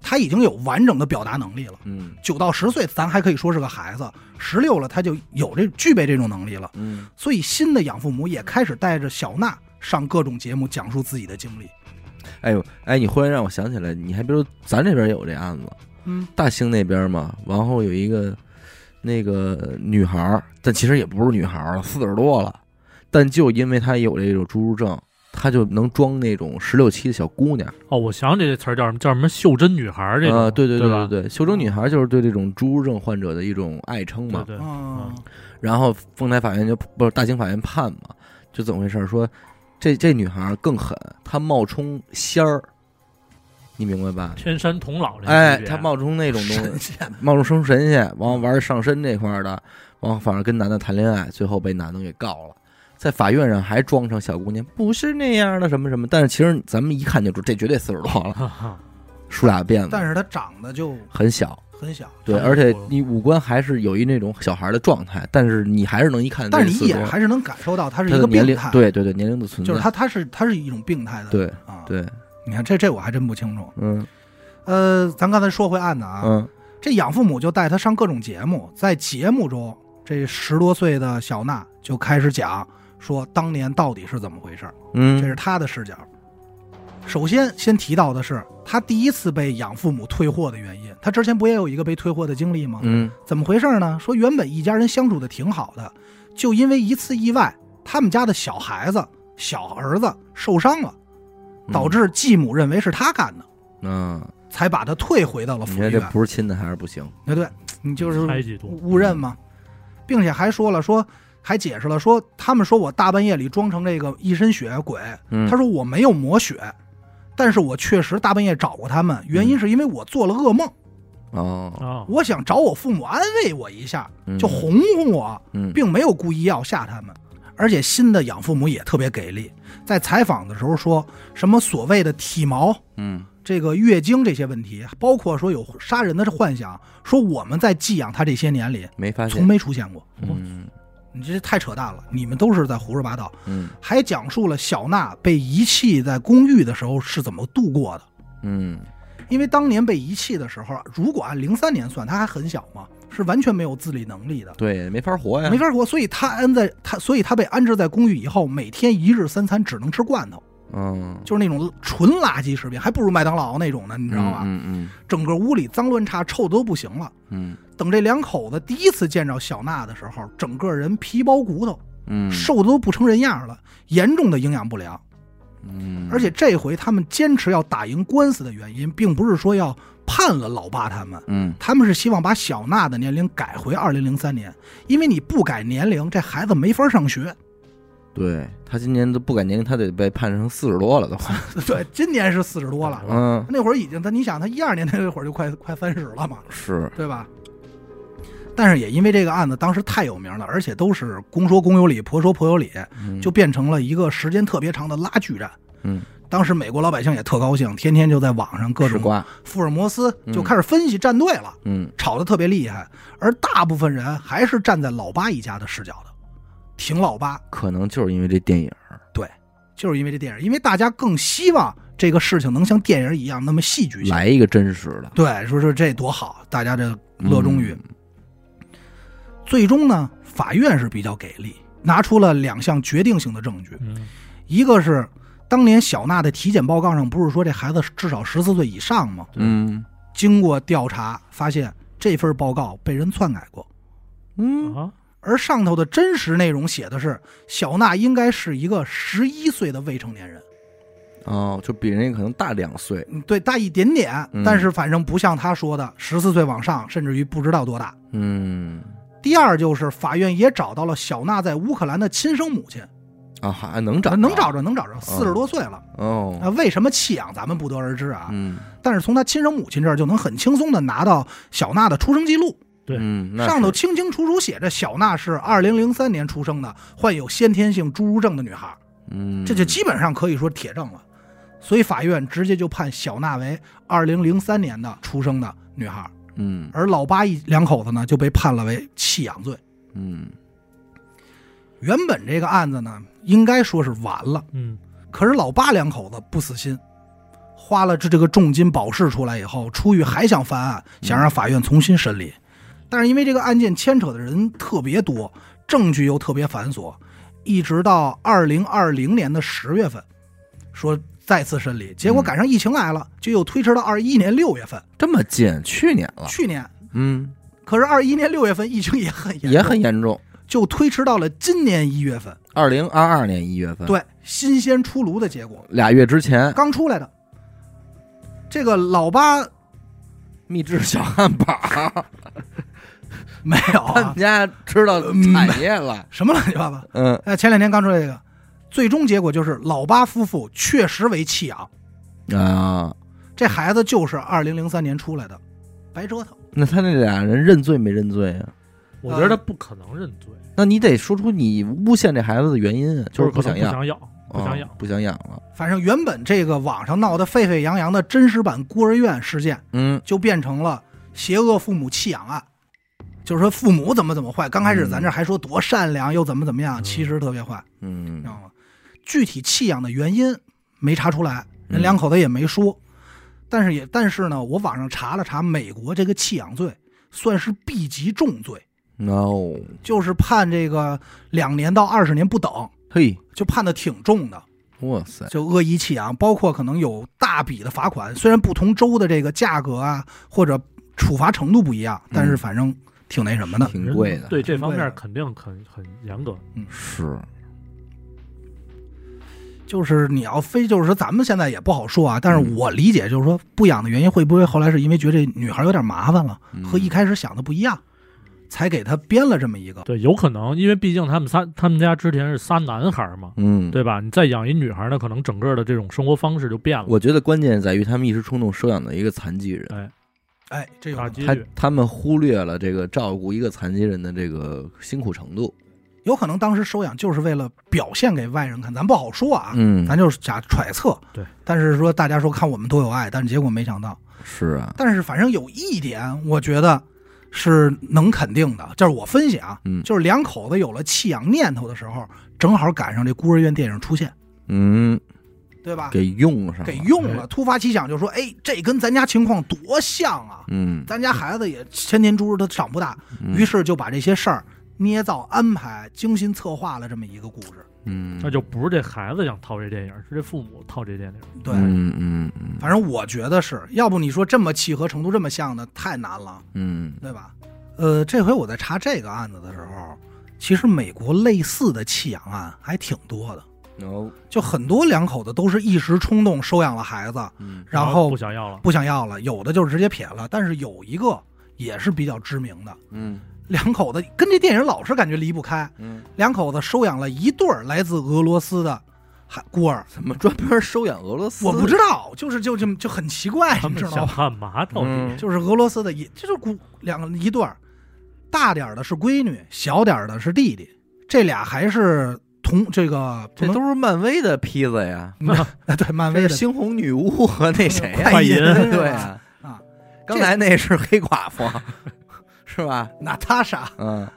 [SPEAKER 2] 他已经有完整的表达能力了。
[SPEAKER 1] 嗯
[SPEAKER 2] 九到十岁，咱还可以说是个孩子；十六了，他就有这具备这种能力了。
[SPEAKER 1] 嗯
[SPEAKER 2] 所以，新的养父母也开始带着小娜上各种节目，讲述自己的经历。
[SPEAKER 1] 哎呦，哎，你忽然让我想起来，你还别说，咱这边有这案子，
[SPEAKER 2] 嗯，
[SPEAKER 1] 大兴那边嘛，然后有一个那个女孩儿，但其实也不是女孩儿了，四十多了，但就因为她有这种侏儒症，她就能装那种十六七的小姑娘。
[SPEAKER 3] 哦，我想起这词儿叫什么？叫什么袖珍女孩儿这种？
[SPEAKER 1] 啊，对对
[SPEAKER 3] 对
[SPEAKER 1] 对
[SPEAKER 3] 吧
[SPEAKER 1] 对对，袖珍女孩就是对这种侏儒症患者的一种爱称嘛。
[SPEAKER 3] 对对，
[SPEAKER 2] 啊，
[SPEAKER 1] 嗯然后丰台法院就不是大兴法院判嘛，就怎么回事儿？说这这女孩更狠，她冒充仙儿，你明白吧？
[SPEAKER 3] 天山童姥这个
[SPEAKER 1] 哎
[SPEAKER 3] 级，别
[SPEAKER 1] 她冒充那种东西嗯
[SPEAKER 2] 神，仙
[SPEAKER 1] 冒充生神仙，完了玩上身这块儿的，完了反正跟男的谈恋爱，最后被男的给告了。在法院上还装成小姑娘，不是那样的什么什么，但是其实咱们一看就知道，这绝对四十多了，
[SPEAKER 3] 哈哈
[SPEAKER 1] 梳俩辫子，
[SPEAKER 2] 但是他长得就
[SPEAKER 1] 很小，
[SPEAKER 2] 很小，
[SPEAKER 1] 对，
[SPEAKER 3] 差不
[SPEAKER 1] 而且
[SPEAKER 3] 多
[SPEAKER 1] 你五官还是有一那种小孩的状态，但是你还是能一看，
[SPEAKER 2] 但是你一眼还是能感受到他是
[SPEAKER 1] 他
[SPEAKER 2] 一
[SPEAKER 1] 的
[SPEAKER 2] 个
[SPEAKER 1] 年
[SPEAKER 2] 病
[SPEAKER 1] 龄，
[SPEAKER 2] 态，，
[SPEAKER 1] 对对对，年龄的存在，
[SPEAKER 2] 就是他他是他是一种病态的，
[SPEAKER 1] 对
[SPEAKER 2] 啊，，
[SPEAKER 1] 对，
[SPEAKER 2] 你看这这我还真不清楚。
[SPEAKER 1] 嗯
[SPEAKER 2] 呃，咱刚才说回案子啊，
[SPEAKER 1] 嗯
[SPEAKER 2] 这养父母就带他上各种节目，在节目中，这十多岁的小娜就开始讲说当年到底是怎么回事儿，这
[SPEAKER 1] 嗯
[SPEAKER 2] 是她的视角。首先，先提到的是她第一次被养父母退货的原因。她之前不也有一个被退货的经历吗？
[SPEAKER 1] 嗯
[SPEAKER 2] 怎么回事呢？说原本一家人相处的挺好的，就因为一次意外，他们家的小孩子、小儿子受伤了，
[SPEAKER 1] 嗯，
[SPEAKER 2] 导致继母认为是他干的，
[SPEAKER 1] 嗯，
[SPEAKER 2] 才把他退回到了
[SPEAKER 1] 你
[SPEAKER 2] 福利
[SPEAKER 1] 看这
[SPEAKER 2] 院。
[SPEAKER 1] 不是亲的还是不行，
[SPEAKER 2] 对对，你就是
[SPEAKER 3] 猜忌多，
[SPEAKER 2] 误认嘛，并且还说了说，还解释了说，他们说我大半夜里装成这个一身血鬼，
[SPEAKER 1] 嗯
[SPEAKER 2] 他说我没有抹血，但是我确实大半夜找过他们，原
[SPEAKER 1] 嗯
[SPEAKER 2] 因是因为我做了噩梦，
[SPEAKER 1] 哦，
[SPEAKER 3] 啊，
[SPEAKER 2] 我想找我父母安慰我一下，
[SPEAKER 1] 嗯
[SPEAKER 2] 就哄哄我，
[SPEAKER 1] 嗯
[SPEAKER 2] 并没有故意要吓他们。而且新的养父母也特别给力，在采访的时候说什么所谓的体毛、
[SPEAKER 1] 嗯
[SPEAKER 2] 这个月经这些问题，包括说有杀人的幻想，说我们在寄养他这些年里
[SPEAKER 1] 没发
[SPEAKER 2] 从
[SPEAKER 1] 现，
[SPEAKER 2] 没出现过。
[SPEAKER 1] 嗯
[SPEAKER 2] 你这太扯淡了，你们都是在胡说八道。
[SPEAKER 1] 嗯
[SPEAKER 2] 还讲述了小娜被遗弃在公寓的时候是怎么度过的。
[SPEAKER 1] 嗯
[SPEAKER 2] 因为当年被遗弃的时候，如果按零三年算，她还很小嘛，是完全没有自理能力的，
[SPEAKER 1] 对，没法活呀，
[SPEAKER 2] 没法活。所以她安在她，所以她被安置在公寓以后，每天一日三餐只能吃罐头，
[SPEAKER 1] 嗯，
[SPEAKER 2] 就是那种纯垃圾食品，还不如麦当劳那种呢，你知道吧？
[SPEAKER 1] 嗯嗯
[SPEAKER 2] 整个屋里脏乱差，臭的都不行了。
[SPEAKER 1] 嗯
[SPEAKER 2] 等这两口子第一次见着小娜的时候，整个人皮包骨头，
[SPEAKER 1] 嗯，
[SPEAKER 2] 瘦的都不成人样了，严重的营养不良。
[SPEAKER 1] 嗯，
[SPEAKER 2] 而且这回他们坚持要打赢官司的原因，并不是说要判了老爸他们，
[SPEAKER 1] 嗯
[SPEAKER 2] 他们是希望把小娜的年龄改回二零零三年，因为你不改年龄，这孩子没法上学。
[SPEAKER 1] 对他今年都不敢年龄，他得被判成四十多了都，
[SPEAKER 2] 对，今年是四十多了，
[SPEAKER 1] 嗯
[SPEAKER 2] 那会儿已经他，你想他一二年那会儿就快快三十了嘛，
[SPEAKER 1] 是，
[SPEAKER 2] 对吧？但是也因为这个案子当时太有名了，而且都是公说公有理，婆说婆有理，
[SPEAKER 1] 嗯
[SPEAKER 2] 就变成了一个时间特别长的拉锯战。
[SPEAKER 1] 嗯，
[SPEAKER 2] 当时美国老百姓也特高兴，天天就在网上各
[SPEAKER 1] 吃
[SPEAKER 2] 种
[SPEAKER 1] 瓜，
[SPEAKER 2] 福尔摩斯
[SPEAKER 1] 嗯
[SPEAKER 2] 就开始分析站队了，
[SPEAKER 1] 嗯
[SPEAKER 2] 吵得特别厉害。而大部分人还是站在老八一家的视角的，挺老八，
[SPEAKER 1] 可能就是因为这电影。
[SPEAKER 2] 就是因为这电影，因为大家更希望这个事情能像电影一样那么戏剧性。
[SPEAKER 1] 来一个真实的，
[SPEAKER 2] 对，说说这多好，大家这乐衷于。最终呢，法院是比较给力，拿出了两项决定性的证据，
[SPEAKER 3] 嗯，
[SPEAKER 2] 一个是当年小娜的体检报告上不是说这孩子至少十四岁以上吗？
[SPEAKER 1] 嗯
[SPEAKER 2] 经过调查发现，这份报告被人篡改过。
[SPEAKER 1] 嗯
[SPEAKER 3] 啊，
[SPEAKER 2] 而上头的真实内容写的是小娜应该是一个十一岁的未成年人，
[SPEAKER 1] 哦，就比人家可能大两岁，
[SPEAKER 2] 嗯对，大一点点
[SPEAKER 1] 嗯，
[SPEAKER 2] 但是反正不像他说的十四岁往上，甚至于不知道多大。
[SPEAKER 1] 嗯
[SPEAKER 2] 第二就是法院也找到了小娜在乌克兰的亲生母亲，呃
[SPEAKER 1] 啊还能找
[SPEAKER 2] 能找着能找着，四十多岁了，那
[SPEAKER 1] 哦，
[SPEAKER 2] 为什么弃养咱们不得而知啊？
[SPEAKER 1] 嗯
[SPEAKER 2] 但是从他亲生母亲这儿就能很轻松的拿到小娜的出生记录，
[SPEAKER 3] 对
[SPEAKER 1] 嗯，那
[SPEAKER 2] 上头
[SPEAKER 1] 是
[SPEAKER 2] 清清楚楚写着小娜是二零零三年出生的，患有先天性侏儒症的女孩。
[SPEAKER 1] 嗯，
[SPEAKER 2] 这就基本上可以说铁证了。所以法院直接就判小娜为二零零三年的出生的女孩，
[SPEAKER 1] 嗯
[SPEAKER 2] 而老八一两口子呢就被判了为弃养罪。
[SPEAKER 1] 嗯
[SPEAKER 2] 原本这个案子呢，应该说是完了，
[SPEAKER 3] 嗯
[SPEAKER 2] 可是老八两口子不死心，花了这这个重金保释出来以后，出狱还想犯案，想让法院重新审理。但是因为这个案件牵扯的人特别多，证据又特别繁琐，一直到二零二零年的十月份，说再次审理，结果赶上疫情来了，就又推迟到二一年六月份，
[SPEAKER 1] 这么近，去年了，
[SPEAKER 2] 去年。
[SPEAKER 1] 嗯，
[SPEAKER 2] 可是二一年六月份疫情也很严重，
[SPEAKER 1] 也很严重。
[SPEAKER 2] 就推迟到了今年一月份。
[SPEAKER 1] 二零二二年一月份，，
[SPEAKER 2] 对，新鲜出炉的结果，
[SPEAKER 1] 俩月之前，
[SPEAKER 2] 刚出来的。这个老八
[SPEAKER 1] 秘制小汉堡，
[SPEAKER 2] 没有、
[SPEAKER 1] 他们
[SPEAKER 2] 啊、
[SPEAKER 1] 家知道产业 了，
[SPEAKER 2] 什么乱七八糟。
[SPEAKER 1] 嗯
[SPEAKER 2] 哎，前两天刚出来这个，最终结果就是老八夫妇确实为弃养，
[SPEAKER 1] 啊，
[SPEAKER 2] 这孩子就是二零零三年出来的，白折腾。
[SPEAKER 1] 那他那俩人认罪没认罪啊？
[SPEAKER 3] 我觉得他不可能认罪，
[SPEAKER 1] 那你得说出你诬陷这孩子的原因啊，就是
[SPEAKER 3] 可能
[SPEAKER 1] 想养，
[SPEAKER 3] 不想养，不想
[SPEAKER 1] 啊
[SPEAKER 3] 养。
[SPEAKER 1] 不想养了，
[SPEAKER 2] 反正原本这个网上闹得沸沸扬扬的真实版孤儿院事件，
[SPEAKER 1] 嗯
[SPEAKER 2] 就变成了邪恶父母弃养案，就是说父母怎么怎么坏。刚开始咱这还说多善良，又怎么怎么样，
[SPEAKER 3] 嗯
[SPEAKER 2] 其实特别坏，你
[SPEAKER 1] 嗯
[SPEAKER 2] 知道吗？具体弃养的原因没查出来，人
[SPEAKER 1] 嗯
[SPEAKER 2] 两口子也没说。但是也但是呢，我网上查了查，美国这个弃养罪算是 B 级重罪，
[SPEAKER 1] ，no，
[SPEAKER 2] 就是判这个两年到二十年不等，
[SPEAKER 1] 嘿，
[SPEAKER 2] 就判的挺重的。
[SPEAKER 1] 哇塞，
[SPEAKER 2] 就恶意弃养，包括可能有大笔的罚款。虽然不同州的这个价格啊，或者处罚程度不一样，
[SPEAKER 1] 嗯
[SPEAKER 2] 但是反正挺那什么的。
[SPEAKER 1] 挺贵的，
[SPEAKER 3] 对这方
[SPEAKER 2] 挺贵
[SPEAKER 3] 面
[SPEAKER 2] 的
[SPEAKER 3] 肯定很很严格。
[SPEAKER 1] 是，
[SPEAKER 2] 就是你要非就是说咱们现在也不好说啊，但是我理解就是说不养的原因会不会后来是因为觉得这女孩有点麻烦了，
[SPEAKER 1] 嗯
[SPEAKER 2] 和一开始想的不一样，才给她编了这么一个。
[SPEAKER 3] 对，有可能，因为毕竟他们仨，他们家之前是仨男孩嘛，
[SPEAKER 1] 嗯，
[SPEAKER 3] 对吧？你再养一女孩呢，可能整个的这种生活方式就变了。
[SPEAKER 1] 我觉得关键在于他们一时冲动收养的一个残疾人，
[SPEAKER 2] 哎，这有
[SPEAKER 3] 打击
[SPEAKER 1] 他
[SPEAKER 3] 率，
[SPEAKER 1] 他们忽略了这个照顾一个残疾人的这个辛苦程度，
[SPEAKER 2] 有可能当时收养就是为了表现给外人看，咱不好说啊，
[SPEAKER 1] 嗯
[SPEAKER 2] 咱就是假揣测。
[SPEAKER 3] 对，
[SPEAKER 2] 但是说大家说看我们多有爱，但是结果没想到。
[SPEAKER 1] 是啊，
[SPEAKER 2] 但是反正有一点，我觉得是能肯定的，就是我分析啊，
[SPEAKER 1] 嗯
[SPEAKER 2] 就是两口子有了弃养念头的时候，正好赶上这孤儿院电影出现，
[SPEAKER 1] 嗯，
[SPEAKER 2] 对吧？
[SPEAKER 1] 给用上了，
[SPEAKER 2] 给用了，突发奇想就说，哎，这跟咱家情况多像啊！
[SPEAKER 1] 嗯，
[SPEAKER 2] 咱家孩子也千年猪，他长不大，
[SPEAKER 1] 嗯
[SPEAKER 2] 于是就把这些事儿捏造、安排、精心策划了这么一个故事。
[SPEAKER 1] 嗯，
[SPEAKER 3] 那就不是这孩子想套这电影，是这父母套这电影。
[SPEAKER 2] 对，
[SPEAKER 1] 嗯嗯嗯
[SPEAKER 2] 反正我觉得是要不你说这么契合程度这么像的太难了。
[SPEAKER 1] 嗯
[SPEAKER 2] 对吧？呃，这回我在查这个案子的时候，其实美国类似的弃养案还挺多的，
[SPEAKER 1] 然后
[SPEAKER 2] 就很多两口子都是一时冲动收养了孩子，
[SPEAKER 1] 嗯
[SPEAKER 2] 然
[SPEAKER 3] 后
[SPEAKER 2] 后
[SPEAKER 3] 不想要了，
[SPEAKER 2] 不想要了，有的就直接撇了。但是有一个也是比较知名的，
[SPEAKER 1] 嗯
[SPEAKER 2] 两口子跟这电影老是感觉离不开，
[SPEAKER 1] 嗯，
[SPEAKER 2] 两口子收养了一对儿来自俄罗斯的孩孤儿，
[SPEAKER 1] 怎么专门收养俄罗斯？
[SPEAKER 2] 我不知道，就是就就就很奇怪，
[SPEAKER 3] 他
[SPEAKER 2] 你
[SPEAKER 3] 们
[SPEAKER 2] 知道
[SPEAKER 3] 想
[SPEAKER 2] 吗？
[SPEAKER 3] 干嘛到
[SPEAKER 1] 嗯
[SPEAKER 3] 底？
[SPEAKER 2] 就是俄罗斯的一，这就是孤两个一对儿，大点儿的是闺女，小点儿的是弟弟，这俩还是同这个
[SPEAKER 1] 这
[SPEAKER 2] 不能
[SPEAKER 1] 都是漫威的坯子呀，
[SPEAKER 2] 对漫威
[SPEAKER 1] 这
[SPEAKER 2] 的
[SPEAKER 1] 是猩红女巫和那谁呀？
[SPEAKER 2] 快银是吧
[SPEAKER 1] 对 啊，
[SPEAKER 2] 啊，
[SPEAKER 1] 刚才那是黑寡妇，是吧？
[SPEAKER 2] 娜塔莎
[SPEAKER 1] 嗯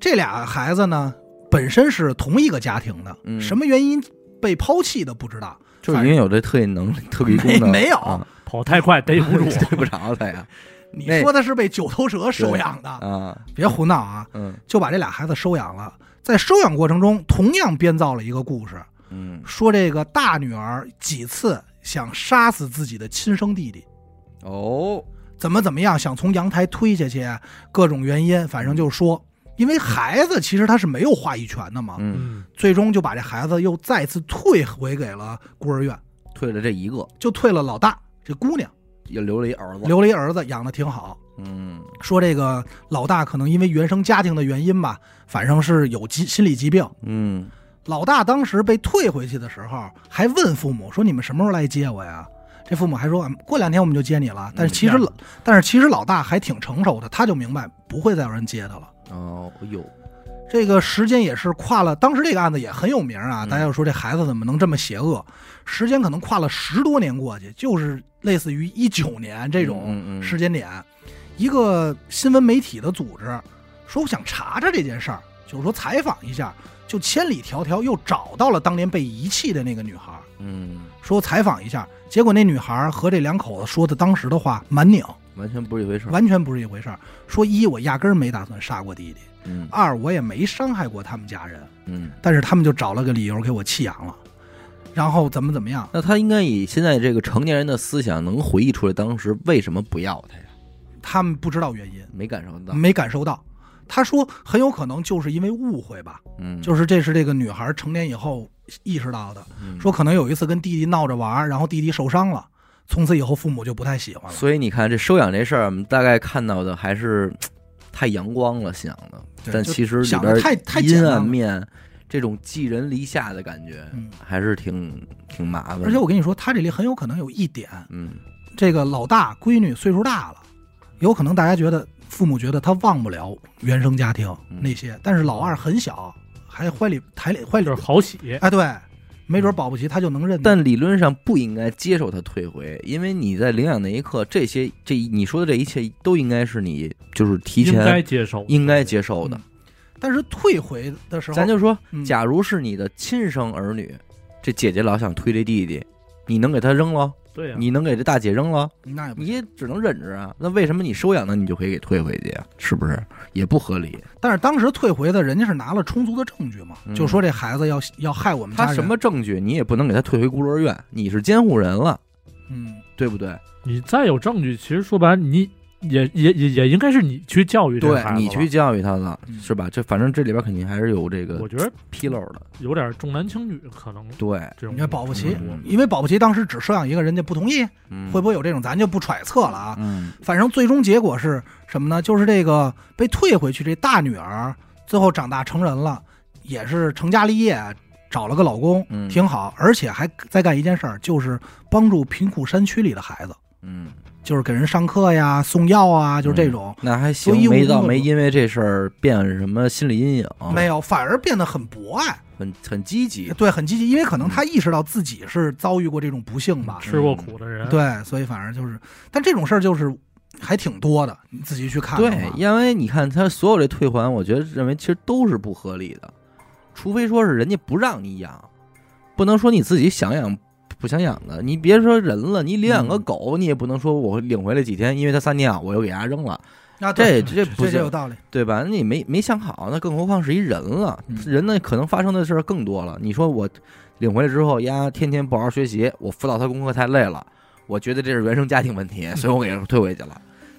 [SPEAKER 2] 这俩孩子呢，本身是同一个家庭的，
[SPEAKER 1] 嗯
[SPEAKER 2] 什么原因被抛弃的不知道，
[SPEAKER 1] 就是因为有这特异能力、特异功
[SPEAKER 2] 没
[SPEAKER 1] 能，
[SPEAKER 2] 没有
[SPEAKER 1] 啊，
[SPEAKER 3] 跑太快逮不住
[SPEAKER 1] 逮不着他呀。
[SPEAKER 2] 你
[SPEAKER 1] 那
[SPEAKER 2] 说的是被九头蛇收养的，
[SPEAKER 1] 啊，
[SPEAKER 2] 别胡闹啊！
[SPEAKER 1] 嗯
[SPEAKER 2] 就把这俩孩子收养了，在收养过程中，同样编造了一个故事，
[SPEAKER 1] 嗯
[SPEAKER 2] 说这个大女儿几次想杀死自己的亲生弟弟。
[SPEAKER 1] 哦，
[SPEAKER 2] 怎么怎么样，想从阳台推下去，啊各种原因，反正就说，因为孩子其实他是没有话语权的嘛，
[SPEAKER 1] 嗯，
[SPEAKER 3] 嗯，
[SPEAKER 2] 最终就把这孩子又再次退回给了孤儿院，
[SPEAKER 1] 退了这一个，
[SPEAKER 2] 就退了老大这姑娘，
[SPEAKER 1] 也留了一儿子。
[SPEAKER 2] 留了一儿子，养的挺好。
[SPEAKER 1] 嗯
[SPEAKER 2] 说这个老大可能因为原生家庭的原因吧，反正是有疾心理疾病。
[SPEAKER 1] 嗯
[SPEAKER 2] 老大当时被退回去的时候，还问父母说：“你们什么时候来接我呀？”这父母还说啊：“过两天我们就接你了。”
[SPEAKER 1] 嗯
[SPEAKER 2] 但是其实老，但是其实老大还挺成熟的，他就明白不会再有人接他了。
[SPEAKER 1] 哦，哎呦，
[SPEAKER 2] 这个时间也是跨了，当时这个案子也很有名啊，
[SPEAKER 1] 嗯
[SPEAKER 2] 大家就说这孩子怎么能这么邪恶？时间可能跨了十多年过去，就是类似于一九年这种
[SPEAKER 1] 嗯嗯嗯
[SPEAKER 2] 时间点，一个新闻媒体的组织说我想查查这件事儿，就是说采访一下，就千里迢迢又找到了当年被遗弃的那个女孩儿，
[SPEAKER 1] 嗯，
[SPEAKER 2] 说采访一下，结果那女孩儿和这两口子说的当时的话蛮拧，
[SPEAKER 1] 完全不是一回事儿。
[SPEAKER 2] 完全不是一回事儿。说一我压根儿没打算杀过弟弟，
[SPEAKER 1] 嗯
[SPEAKER 2] 二我也没伤害过他们家人。
[SPEAKER 1] 嗯，
[SPEAKER 2] 但是他们就找了个理由给我弃养了，然后怎么怎么样？
[SPEAKER 1] 那他应该以现在这个成年人的思想，能回忆出来当时为什么不要他呀？
[SPEAKER 2] 他们不知道原因，
[SPEAKER 1] 没感受到，
[SPEAKER 2] 没感受到。他说很有可能就是因为误会吧，
[SPEAKER 1] 嗯，
[SPEAKER 2] 就是这是这个女孩成年以后意识到的，
[SPEAKER 1] 嗯
[SPEAKER 2] 说可能有一次跟弟弟闹着玩儿，然后弟弟受伤了，从此以后父母就不太喜欢了。
[SPEAKER 1] 所以你看，这收养这事儿，我们大概看到的还是嘖太阳光了，想的，
[SPEAKER 2] 对
[SPEAKER 1] 但
[SPEAKER 2] 就
[SPEAKER 1] 其实里
[SPEAKER 2] 想得
[SPEAKER 1] 边
[SPEAKER 2] 太太简
[SPEAKER 1] 阴
[SPEAKER 2] 单
[SPEAKER 1] 暗
[SPEAKER 2] 了
[SPEAKER 1] 面，这种寄人篱下的感觉，
[SPEAKER 2] 嗯
[SPEAKER 1] 还是挺挺麻烦的。
[SPEAKER 2] 而且我跟你说，他这里很有可能有一点，
[SPEAKER 1] 嗯
[SPEAKER 2] 这个老大闺女岁数大了，有可能大家觉得父母觉得她忘不了原生家庭
[SPEAKER 1] 嗯
[SPEAKER 2] 那些，但是老二很小，还怀里抬里
[SPEAKER 1] 嗯
[SPEAKER 2] 怀里
[SPEAKER 3] 就是好喜，
[SPEAKER 2] 哎，对，没准保不齐他就能认得。
[SPEAKER 1] 但理论上不应该接受他退回，因为你在领养那一刻，这些这你说的这一切都应该是你就是提
[SPEAKER 3] 应该
[SPEAKER 1] 前
[SPEAKER 3] 接受，
[SPEAKER 1] 应该接受的。
[SPEAKER 2] 但是退回的时候，
[SPEAKER 1] 咱就说，
[SPEAKER 2] 嗯
[SPEAKER 1] 假如是你的亲生儿女，这姐姐老想推这弟弟，你能给他扔了？
[SPEAKER 3] 对啊
[SPEAKER 2] 啊
[SPEAKER 3] 呀、
[SPEAKER 1] 你能给这大姐扔了？
[SPEAKER 2] 那也不
[SPEAKER 1] 你，也只能忍着啊。那为什么你收养的你就可以给退回去啊？是不是也不合理？
[SPEAKER 2] 但是当时退回的人家是拿了充足的证据嘛，
[SPEAKER 1] 嗯
[SPEAKER 2] 就说这孩子要要害我们家
[SPEAKER 1] 他
[SPEAKER 2] 人，
[SPEAKER 1] 什么证据你也不能给他退回孤儿院，你是监护人了，
[SPEAKER 2] 嗯，
[SPEAKER 1] 对不对？
[SPEAKER 3] 你再有证据，其实说白了，你也也也也应该是你去教育这个
[SPEAKER 1] 对
[SPEAKER 3] 孩子
[SPEAKER 1] 你去
[SPEAKER 3] 吧，
[SPEAKER 1] 教育他了，
[SPEAKER 2] 嗯
[SPEAKER 1] 是吧？这反正这里边肯定还是有这个
[SPEAKER 3] 我觉得
[SPEAKER 1] 纰漏的，
[SPEAKER 3] 有点重男轻女，可能
[SPEAKER 1] 对，
[SPEAKER 3] 这种
[SPEAKER 2] 你看保不齐
[SPEAKER 3] 程度
[SPEAKER 2] 因为保不齐当时只收养一个人家不同意，
[SPEAKER 1] 嗯
[SPEAKER 2] 会不会有这种，咱就不揣测了啊。
[SPEAKER 1] 嗯
[SPEAKER 2] 反正最终结果是什么呢？就是这个被退回去这大女儿，最后长大成人了，也是成家立业，找了个老公，
[SPEAKER 1] 嗯
[SPEAKER 2] 挺好，而且还在干一件事儿，就是帮助贫苦山区里的孩子，
[SPEAKER 1] 嗯，
[SPEAKER 2] 就是给人上课呀、送药啊，就是这种。
[SPEAKER 1] 那还
[SPEAKER 2] 所以
[SPEAKER 1] 行，
[SPEAKER 2] 我
[SPEAKER 1] 没到没因为这事儿变什么心理阴影，
[SPEAKER 2] 没有，反而变得很博爱，
[SPEAKER 1] 很很积极，
[SPEAKER 2] 对，很积极，因为可能
[SPEAKER 1] 嗯
[SPEAKER 2] 他意识到自己是遭遇过这种不幸吧，
[SPEAKER 3] 啊吃过苦的人，
[SPEAKER 2] 对，所以反而就是，但这种事儿就是还挺多的，你自己去看的
[SPEAKER 1] 对
[SPEAKER 2] 话，
[SPEAKER 1] 因为你看他所有这退还，我觉得认为其实都是不合理的，除非说是人家不让你养，不能说你自己想养不想养的。你别说人了，你领养个
[SPEAKER 2] 嗯
[SPEAKER 1] 狗，你也不能说我领回来几天，因为它撒尿，我又给它扔了，
[SPEAKER 2] 啊，
[SPEAKER 1] 这
[SPEAKER 2] 对，
[SPEAKER 1] 这
[SPEAKER 2] 这
[SPEAKER 1] 不
[SPEAKER 2] 就有
[SPEAKER 1] 行，
[SPEAKER 2] 道理，
[SPEAKER 1] 对吧？那你没没想好，那更何况是一人了
[SPEAKER 2] 嗯，
[SPEAKER 1] 人呢可能发生的事儿更多了。你说我领回来之后，丫天天不好好学习，我辅导他功课太累了，我觉得这是原生家庭问题，所以我给他退回去了。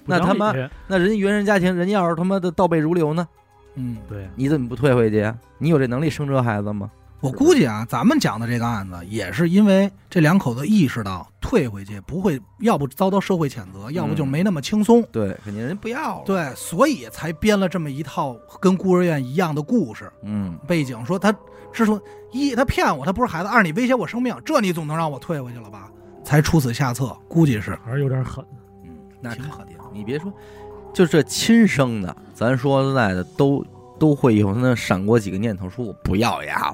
[SPEAKER 3] 不
[SPEAKER 1] 那
[SPEAKER 3] 讲
[SPEAKER 1] 他妈
[SPEAKER 3] 理
[SPEAKER 1] 那人家原生家庭，人家要是他妈的倒背如流呢，
[SPEAKER 2] 嗯。
[SPEAKER 3] 对呀、
[SPEAKER 1] 你怎么不退回去呀？你有这能力生这孩子吗？
[SPEAKER 2] 我估计啊，咱们讲的这个案子，也是因为这两口子意识到退回去不会，要不遭到社会谴责，要不就
[SPEAKER 1] 嗯
[SPEAKER 2] 没那么轻松。
[SPEAKER 1] 对，肯定人家不要了。，
[SPEAKER 2] 对，所以才编了这么一套跟孤儿院一样的故事
[SPEAKER 1] 嗯，
[SPEAKER 2] 背景，说他之说一他骗我，他不是孩子；二你威胁我生命，这你总能让我退回去了吧？才出此下策，估计是
[SPEAKER 3] 还是有点狠。
[SPEAKER 1] 那
[SPEAKER 2] 挺
[SPEAKER 1] 肯
[SPEAKER 2] 狠
[SPEAKER 1] 定。你别说，就这亲生的，咱说实在的，都都会有那闪过几个念头，说我不要呀。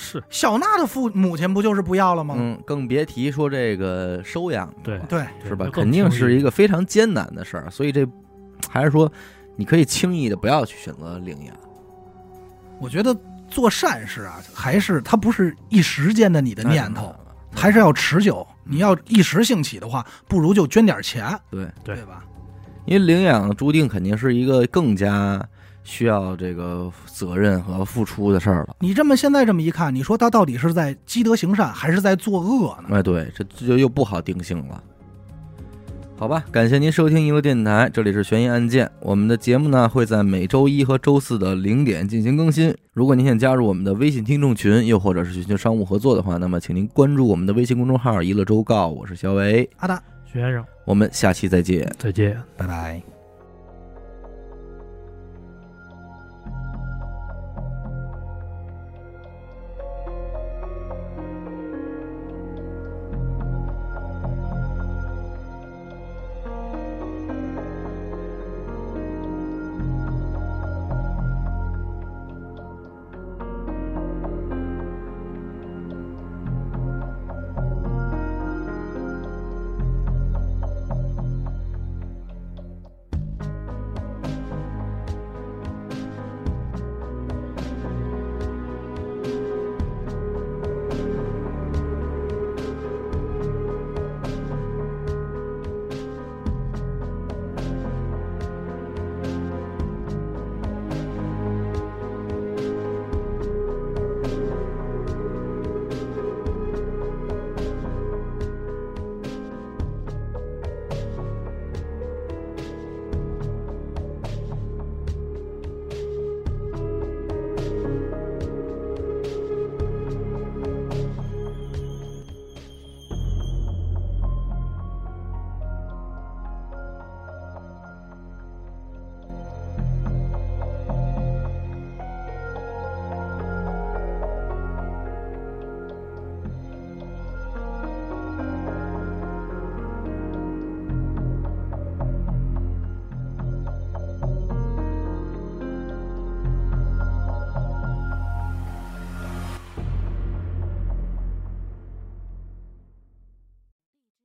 [SPEAKER 3] 是
[SPEAKER 2] 小娜的父母亲不就是不要了吗？
[SPEAKER 1] 嗯，更别提说这个收养的
[SPEAKER 3] 对
[SPEAKER 1] 了，
[SPEAKER 2] 对，
[SPEAKER 1] 是吧
[SPEAKER 3] 那？更
[SPEAKER 1] 肯定
[SPEAKER 3] 轻易
[SPEAKER 1] 是一个非常艰难的事儿，所以这还是说，你可以轻易的不要去选择领养。
[SPEAKER 2] 我觉得做善事啊，还是它不是一时间的你的
[SPEAKER 1] 那
[SPEAKER 2] 念
[SPEAKER 1] 当
[SPEAKER 2] 头
[SPEAKER 1] 然，了，
[SPEAKER 2] 还是要持久。你要一时兴起的话，不如就捐点钱，
[SPEAKER 1] 对。
[SPEAKER 3] 对
[SPEAKER 2] 吧？
[SPEAKER 1] 因为领养注定肯定是一个更加需要这个责任和付出的事儿了。
[SPEAKER 2] 你这么现在这么一看，你说他到底是在积德行善，还是在作恶呢？
[SPEAKER 1] 哎，对，这这就又不好定性了。好吧，感谢您收听一路电台，这里是悬疑案件。我们的节目呢会在每周一和周四的零点进行更新。如果您想加入我们的微信听众群，又或者是寻求商务合作的话，那么请您关注我们的微信公众号“一乐周告”。我是小伟，
[SPEAKER 2] 阿达，
[SPEAKER 3] 徐先生，
[SPEAKER 1] 我们下期再见。
[SPEAKER 3] 再见。
[SPEAKER 2] 拜拜。